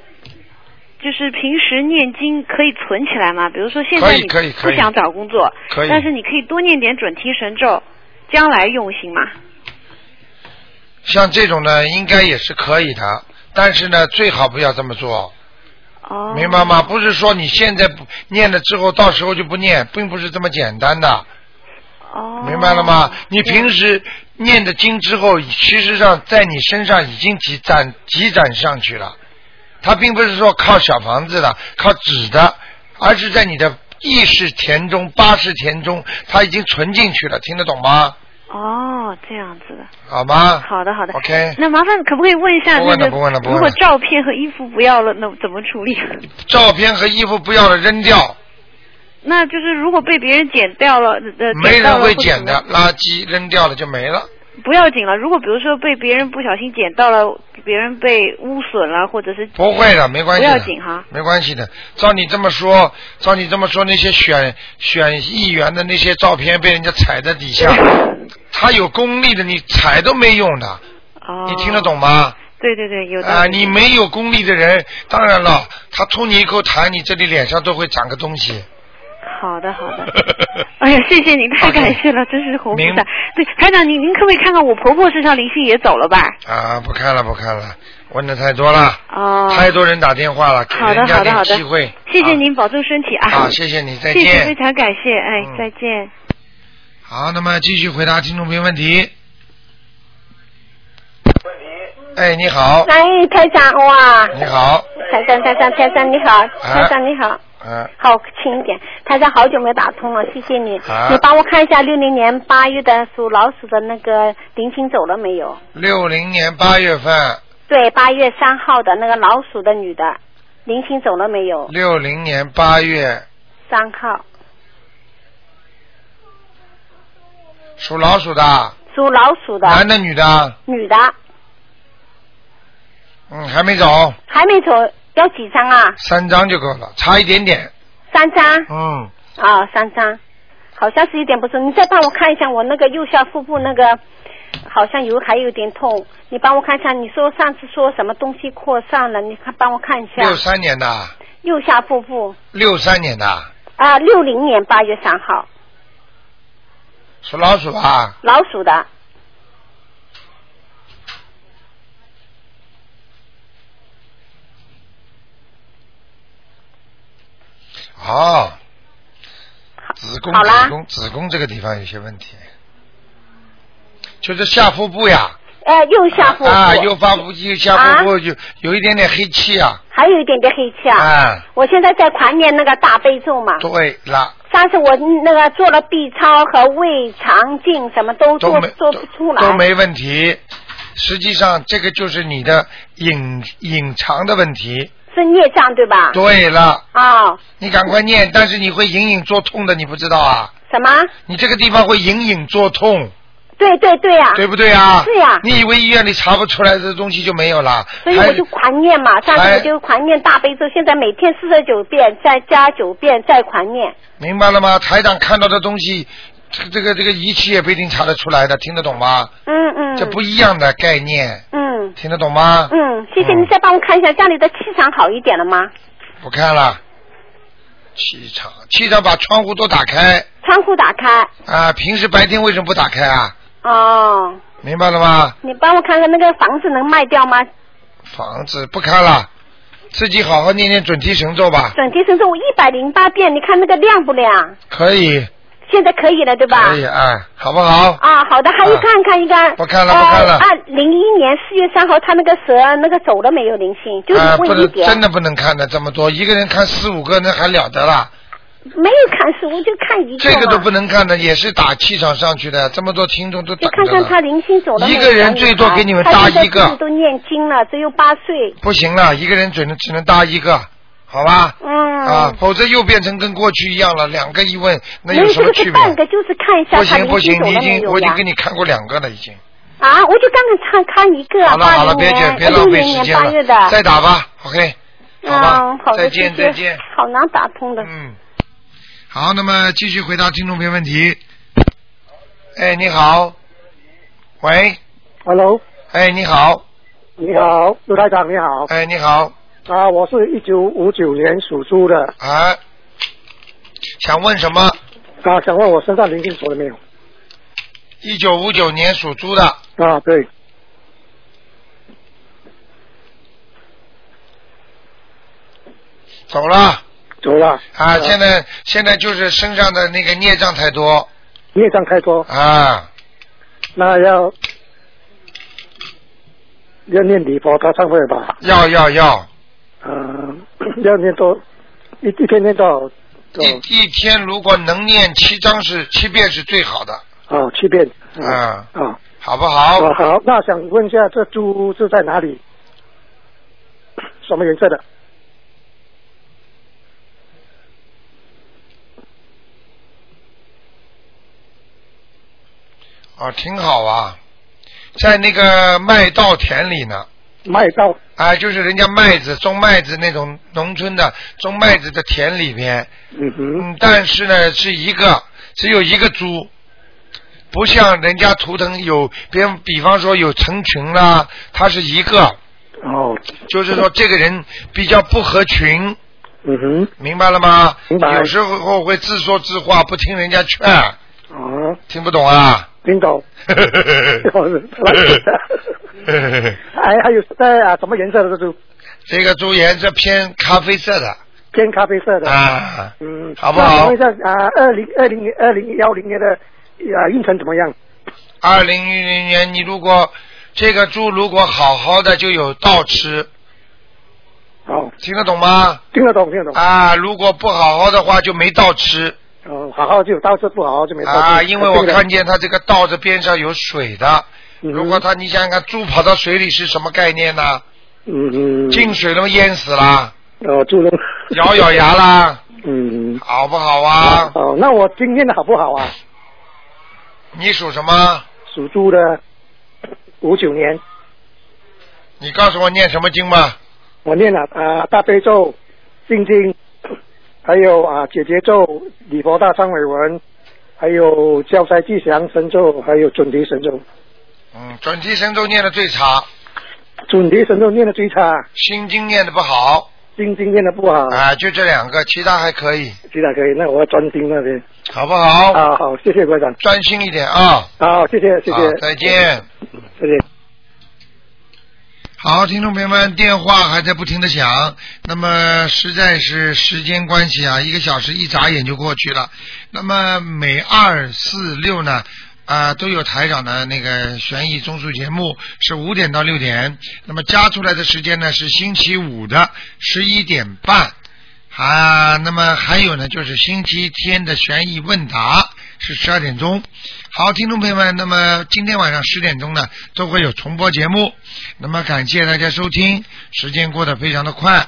Speaker 10: 就是平时念经可以存起来吗？比如说现在
Speaker 1: 可以
Speaker 10: 你
Speaker 1: 可以可
Speaker 10: 不
Speaker 1: 以
Speaker 10: 想找工作，
Speaker 1: 可以
Speaker 10: 但是你可以多念点准提神咒，将来用行吗？
Speaker 1: 像这种呢，应该也是可以的，但是呢，最好不要这么做。
Speaker 10: 哦，
Speaker 1: 明白吗？不是说你现在不念了之后，到时候就不念，并不是这么简单的。
Speaker 10: 哦。
Speaker 1: 明白了吗？你平时念的经之后，其实上在你身上已经积攒积攒上去了。它并不是说靠小房子的，靠纸的，而是在你的意识田中、八识田中，它已经存进去了。听得懂吗？
Speaker 10: 哦，这样子的。
Speaker 1: 好吗？
Speaker 10: 好的，好的。
Speaker 1: OK
Speaker 10: 那麻烦可不可以问一下
Speaker 1: 啊哎不
Speaker 10: 那
Speaker 1: 问了
Speaker 10: 个，
Speaker 1: 不问了不问
Speaker 10: 如果
Speaker 1: 了
Speaker 10: 照片和衣服不要了，那怎么处理？
Speaker 1: 照片和衣服不要了，扔掉。
Speaker 10: 那就是如果被别人剪掉了， 呃，
Speaker 1: 没
Speaker 10: 剪到
Speaker 1: 人会
Speaker 10: 了或者
Speaker 1: 捡的，垃圾扔掉了就没了。
Speaker 10: 不要紧了。如果比如说被别人不小心捡到了，别人被污损了，或者是
Speaker 1: 不会的，没关系
Speaker 10: 不
Speaker 1: 的。
Speaker 10: 要紧哈。
Speaker 1: 没关系的，照你这么说，照你这么说，那些选选议员的那些照片被人家踩在底 下，他有功力的，你踩都没用的。
Speaker 10: 哦。
Speaker 1: 你听得懂吗？
Speaker 10: 对对对，有
Speaker 1: 啊、
Speaker 10: 道理。
Speaker 1: 你没有功力的人，当然了，他吐你一口痰，你这里脸上都会长个东西。
Speaker 10: 好的好 的。哎呀，谢谢您，太感谢了，真是活菩
Speaker 1: 明
Speaker 10: 萨。对，台长您您可不可以看看我婆婆身上灵性也走了吧？
Speaker 1: 啊，不看了，不看了，问的太多了，
Speaker 10: 哦。
Speaker 1: 太多人打电话了，给
Speaker 10: 好的
Speaker 1: 人家
Speaker 10: 好的好
Speaker 1: 点
Speaker 10: 的
Speaker 1: 机会。
Speaker 10: 谢谢您，保重身体啊！
Speaker 1: 好谢谢你再
Speaker 10: 谢谢
Speaker 1: 见嗯
Speaker 10: 非常感谢，哎，再见。
Speaker 1: 好，那么继续回答听众朋友问题。哎，你好，
Speaker 11: 哎，台长哇！
Speaker 1: 你好，
Speaker 11: 台长，台长，台长你好，
Speaker 1: 啊
Speaker 11: 台长你好，
Speaker 1: 嗯、
Speaker 11: 好轻一点。台长好久没打通了，谢谢你。
Speaker 1: 啊
Speaker 11: 你帮我看一下六零年八月的属老鼠的那个灵性走了没有？
Speaker 1: 六零年八月份，
Speaker 11: 对，八月三号的那个老鼠的女的灵性走了没有？
Speaker 1: 六零年八月
Speaker 11: 三号
Speaker 1: 属老鼠的，
Speaker 11: 属老鼠的
Speaker 1: 男的女的，
Speaker 11: 女的
Speaker 1: 嗯，还没走，
Speaker 11: 还没走，要几张啊？
Speaker 1: 三张就够了，差一点点，
Speaker 11: 三张。
Speaker 1: 嗯，
Speaker 11: 啊、三张，好像是有点不舒服。你再帮我看一下我那个右下腹部那个，好像有还有点痛。你帮我看一下，你说上次说什么东西扩散了？你看帮我看一下
Speaker 1: 六三年的，
Speaker 11: 右下腹部
Speaker 1: 六三年的，
Speaker 11: 啊，六零年八月三号，
Speaker 1: 属老鼠吧，
Speaker 11: 老鼠的
Speaker 1: 哦，子宫
Speaker 11: 好啦
Speaker 1: 子宫子宫这个地方有些问题，就是下腹部呀，
Speaker 11: 呃，右下腹部、
Speaker 1: 啊，右发腹右下腹部就有一点点黑气啊，
Speaker 11: 还有一点点黑气啊。
Speaker 1: 啊，
Speaker 11: 我现在在狂念那个大悲咒嘛。
Speaker 1: 对了，
Speaker 11: 上次我那个做了 B 超和胃肠镜，什么都
Speaker 1: 都
Speaker 11: 做
Speaker 1: 没
Speaker 11: 做不出来。
Speaker 1: 都没问题。实际上，这个就是你的隐隐藏的问题。
Speaker 11: 是孽障对吧？
Speaker 1: 对了，
Speaker 11: 啊、
Speaker 1: 你赶快念，但是你会隐隐作痛的，你不知道啊。
Speaker 11: 什么？
Speaker 1: 你这个地方会隐隐作痛，
Speaker 11: 对对对呀、
Speaker 1: 对不对啊？
Speaker 11: 是呀、
Speaker 1: 你以为医院里查不出来的东西就没有了？
Speaker 11: 所以
Speaker 1: 还
Speaker 11: 我就狂念嘛，上次
Speaker 1: 还
Speaker 11: 我就狂念大悲咒，现在每天四十九遍，再加九遍，再狂念。
Speaker 1: 明白了吗？台长看到的东西，这个这个这个仪器也不一定查得出来的，听得懂吗？
Speaker 11: 嗯嗯。
Speaker 1: 这不一样的概念，
Speaker 11: 嗯
Speaker 1: 听得懂吗？
Speaker 11: 嗯，谢谢你，再帮我看一下家里的气场好一点了吗？
Speaker 1: 不看了，气场，气场把窗户都打开
Speaker 11: 窗户打开。
Speaker 1: 啊！平时白天为什么不打开啊？
Speaker 11: 哦，
Speaker 1: 明白了吗？
Speaker 11: 你帮我看看那个房子能卖掉吗？
Speaker 1: 房子不看了，自己好好念念准提神咒吧，
Speaker 11: 准提神咒我一百零八遍，你看那个亮不亮？
Speaker 1: 可以，
Speaker 11: 现在可以了，对吧？
Speaker 1: 可以啊，好不好？
Speaker 11: 啊，好的，还有看看一个，
Speaker 1: 不看了不看了
Speaker 11: 呃啊，零一年四月三号，他那个蛇那个走了没有灵性？就是
Speaker 1: 啊，不
Speaker 11: 问一
Speaker 1: 能
Speaker 11: 点，
Speaker 1: 真的不能看的这么多，一个人看四五个那还了得啦，
Speaker 11: 没有看书，我就看一啊个
Speaker 1: 这
Speaker 11: 嘛。
Speaker 1: 个都不能看的，也是打气场上去的，这么多听众都等
Speaker 11: 就看
Speaker 1: 着
Speaker 11: 看
Speaker 1: 呢。
Speaker 11: 他灵性走了没有哎
Speaker 1: 一个人最多给你们搭一个
Speaker 11: 他现在自己都念经了，只有八岁。
Speaker 1: 不行了，一个人只能只能搭一个，好吧？
Speaker 11: 嗯。
Speaker 1: 啊，否则又变成跟过去一样了，两个一问，那
Speaker 11: 没
Speaker 1: 有
Speaker 11: 有
Speaker 1: 什
Speaker 11: 这
Speaker 1: 么
Speaker 11: 个
Speaker 1: 区
Speaker 11: 是
Speaker 1: 别？
Speaker 11: 半个，就是看一下
Speaker 1: 不
Speaker 11: 他
Speaker 1: 行
Speaker 11: 灵
Speaker 1: 不
Speaker 11: 性
Speaker 1: 行，
Speaker 11: 走
Speaker 1: 你已
Speaker 11: 了没
Speaker 1: 经
Speaker 11: 有
Speaker 1: 我已
Speaker 11: 呀
Speaker 1: 经给？你看过两个了，已经。
Speaker 11: 啊，我就刚刚看看一个，
Speaker 1: 好了好
Speaker 11: 八
Speaker 1: 了，
Speaker 11: 零
Speaker 1: 别
Speaker 11: 年
Speaker 1: 讲，别
Speaker 11: 六
Speaker 1: 浪
Speaker 11: 零
Speaker 1: 费时
Speaker 11: 年
Speaker 1: 间
Speaker 11: 八
Speaker 1: 了
Speaker 11: 月的，，
Speaker 1: 再打吧，OK。好吧
Speaker 11: 嗯，好的，
Speaker 1: 再见
Speaker 11: 谢谢
Speaker 1: 再见
Speaker 11: 好难打通的。
Speaker 1: 嗯。好，那么继续回答听众朋友问题。哎，你好，喂
Speaker 12: Hello，
Speaker 1: 哎，你好，
Speaker 12: 你好，卢台长，你好。
Speaker 1: 哎，你好。
Speaker 12: 啊，我是一九五九年属猪的。
Speaker 1: 啊。想问什么？
Speaker 12: 啊，想问我身上灵性走了没有？
Speaker 1: 一九五九年属猪的，
Speaker 12: 啊，对，
Speaker 1: 走了
Speaker 12: 走了。
Speaker 1: 啊，现在现在就是身上的那个孽障太多
Speaker 12: 孽障太多，
Speaker 1: 啊，
Speaker 12: 那要要念礼佛大忏悔吧。
Speaker 1: 要要要，
Speaker 12: 嗯、要念多一一天念到
Speaker 1: 一一天如果能念七章是七遍是最好的，
Speaker 12: 哦七遍。
Speaker 1: 啊，
Speaker 12: 啊，
Speaker 1: 好不好？
Speaker 12: 哦好，那想问一下，这猪是在哪里？什么颜色的？
Speaker 1: 啊，挺好啊，在那个麦稻田里呢。
Speaker 12: 麦稻。
Speaker 1: 啊，就是人家麦子种麦子那种农村的种麦子的田里边。
Speaker 12: 嗯哼。
Speaker 1: 但是呢，是一个只有一个猪，不像人家图腾有，比方比方说有成群啦，它是一个。
Speaker 12: 哦。
Speaker 1: 就是说这个人比较不合群。
Speaker 12: 嗯哼。
Speaker 1: 明白了吗？
Speaker 12: 明白
Speaker 1: 有时候会自说自话，不听人家劝，
Speaker 12: 啊，
Speaker 1: 听不懂啊？
Speaker 12: 听懂。呃还还有在啊，什么颜色的猪？
Speaker 1: 这个猪颜色偏咖啡色的
Speaker 12: 偏咖啡色的。
Speaker 1: 啊，
Speaker 12: 嗯，
Speaker 1: 好不
Speaker 12: 那
Speaker 1: 好
Speaker 12: 请问一？下啊，二零二零二零幺零年的啊运程怎么样？
Speaker 1: 二零一零年，你如果这个猪如果好好的，就有倒吃。
Speaker 12: 哦，
Speaker 1: 听得懂吗？
Speaker 12: 听得懂，听得懂。
Speaker 1: 啊，如果不好好的话，就没倒吃
Speaker 12: 哦，好好就到这，不好好就没到这。
Speaker 1: 啊，因为我
Speaker 12: 对的
Speaker 1: 看见它这个稻子边上有水的。
Speaker 12: 嗯
Speaker 1: 如果它，你想想看，猪跑到水里是什么概念呢？
Speaker 12: 嗯嗯，
Speaker 1: 进水都淹死啦，
Speaker 12: 哦，猪笼，
Speaker 1: 咬咬牙啦，
Speaker 12: 嗯，
Speaker 1: 好不好啊？
Speaker 12: 哦，那我今天的好不好啊？
Speaker 1: 你属什么？
Speaker 12: 属猪的，五九年，
Speaker 1: 你告诉我念什么经吧？
Speaker 12: 我念了啊、大悲咒、心经，还有啊解结咒、礼佛大忏悔文，还有消灾吉祥神咒，还有准提神咒。
Speaker 1: 嗯，准提神咒念的最差，
Speaker 12: 准提神咒念的最差，
Speaker 1: 心经念的不好
Speaker 12: 心经念的不好，
Speaker 1: 啊，就这两个，其他还可以，
Speaker 12: 其他可以，那我要专心那边。
Speaker 1: 好不好？
Speaker 12: 好啊好，谢谢馆长。
Speaker 1: 专心一点啊！
Speaker 12: 好，谢谢谢
Speaker 1: 好
Speaker 12: 谢，
Speaker 1: 再见。
Speaker 12: 谢谢。
Speaker 1: 好，听众朋友们，电话还在不停的响，那么实在是时间关系啊，一个小时一眨眼就过去了。那么每二四六呢，啊、都有台长的那个悬疑综述节目，是五点到六点。那么加出来的时间呢是星期五的十一点半。啊，那么还有呢，就是星期天的悬疑问答是十二点钟。好，听众朋友们，那么今天晚上十点钟呢，都会有重播节目。那么感谢大家收听，时间过得非常的快。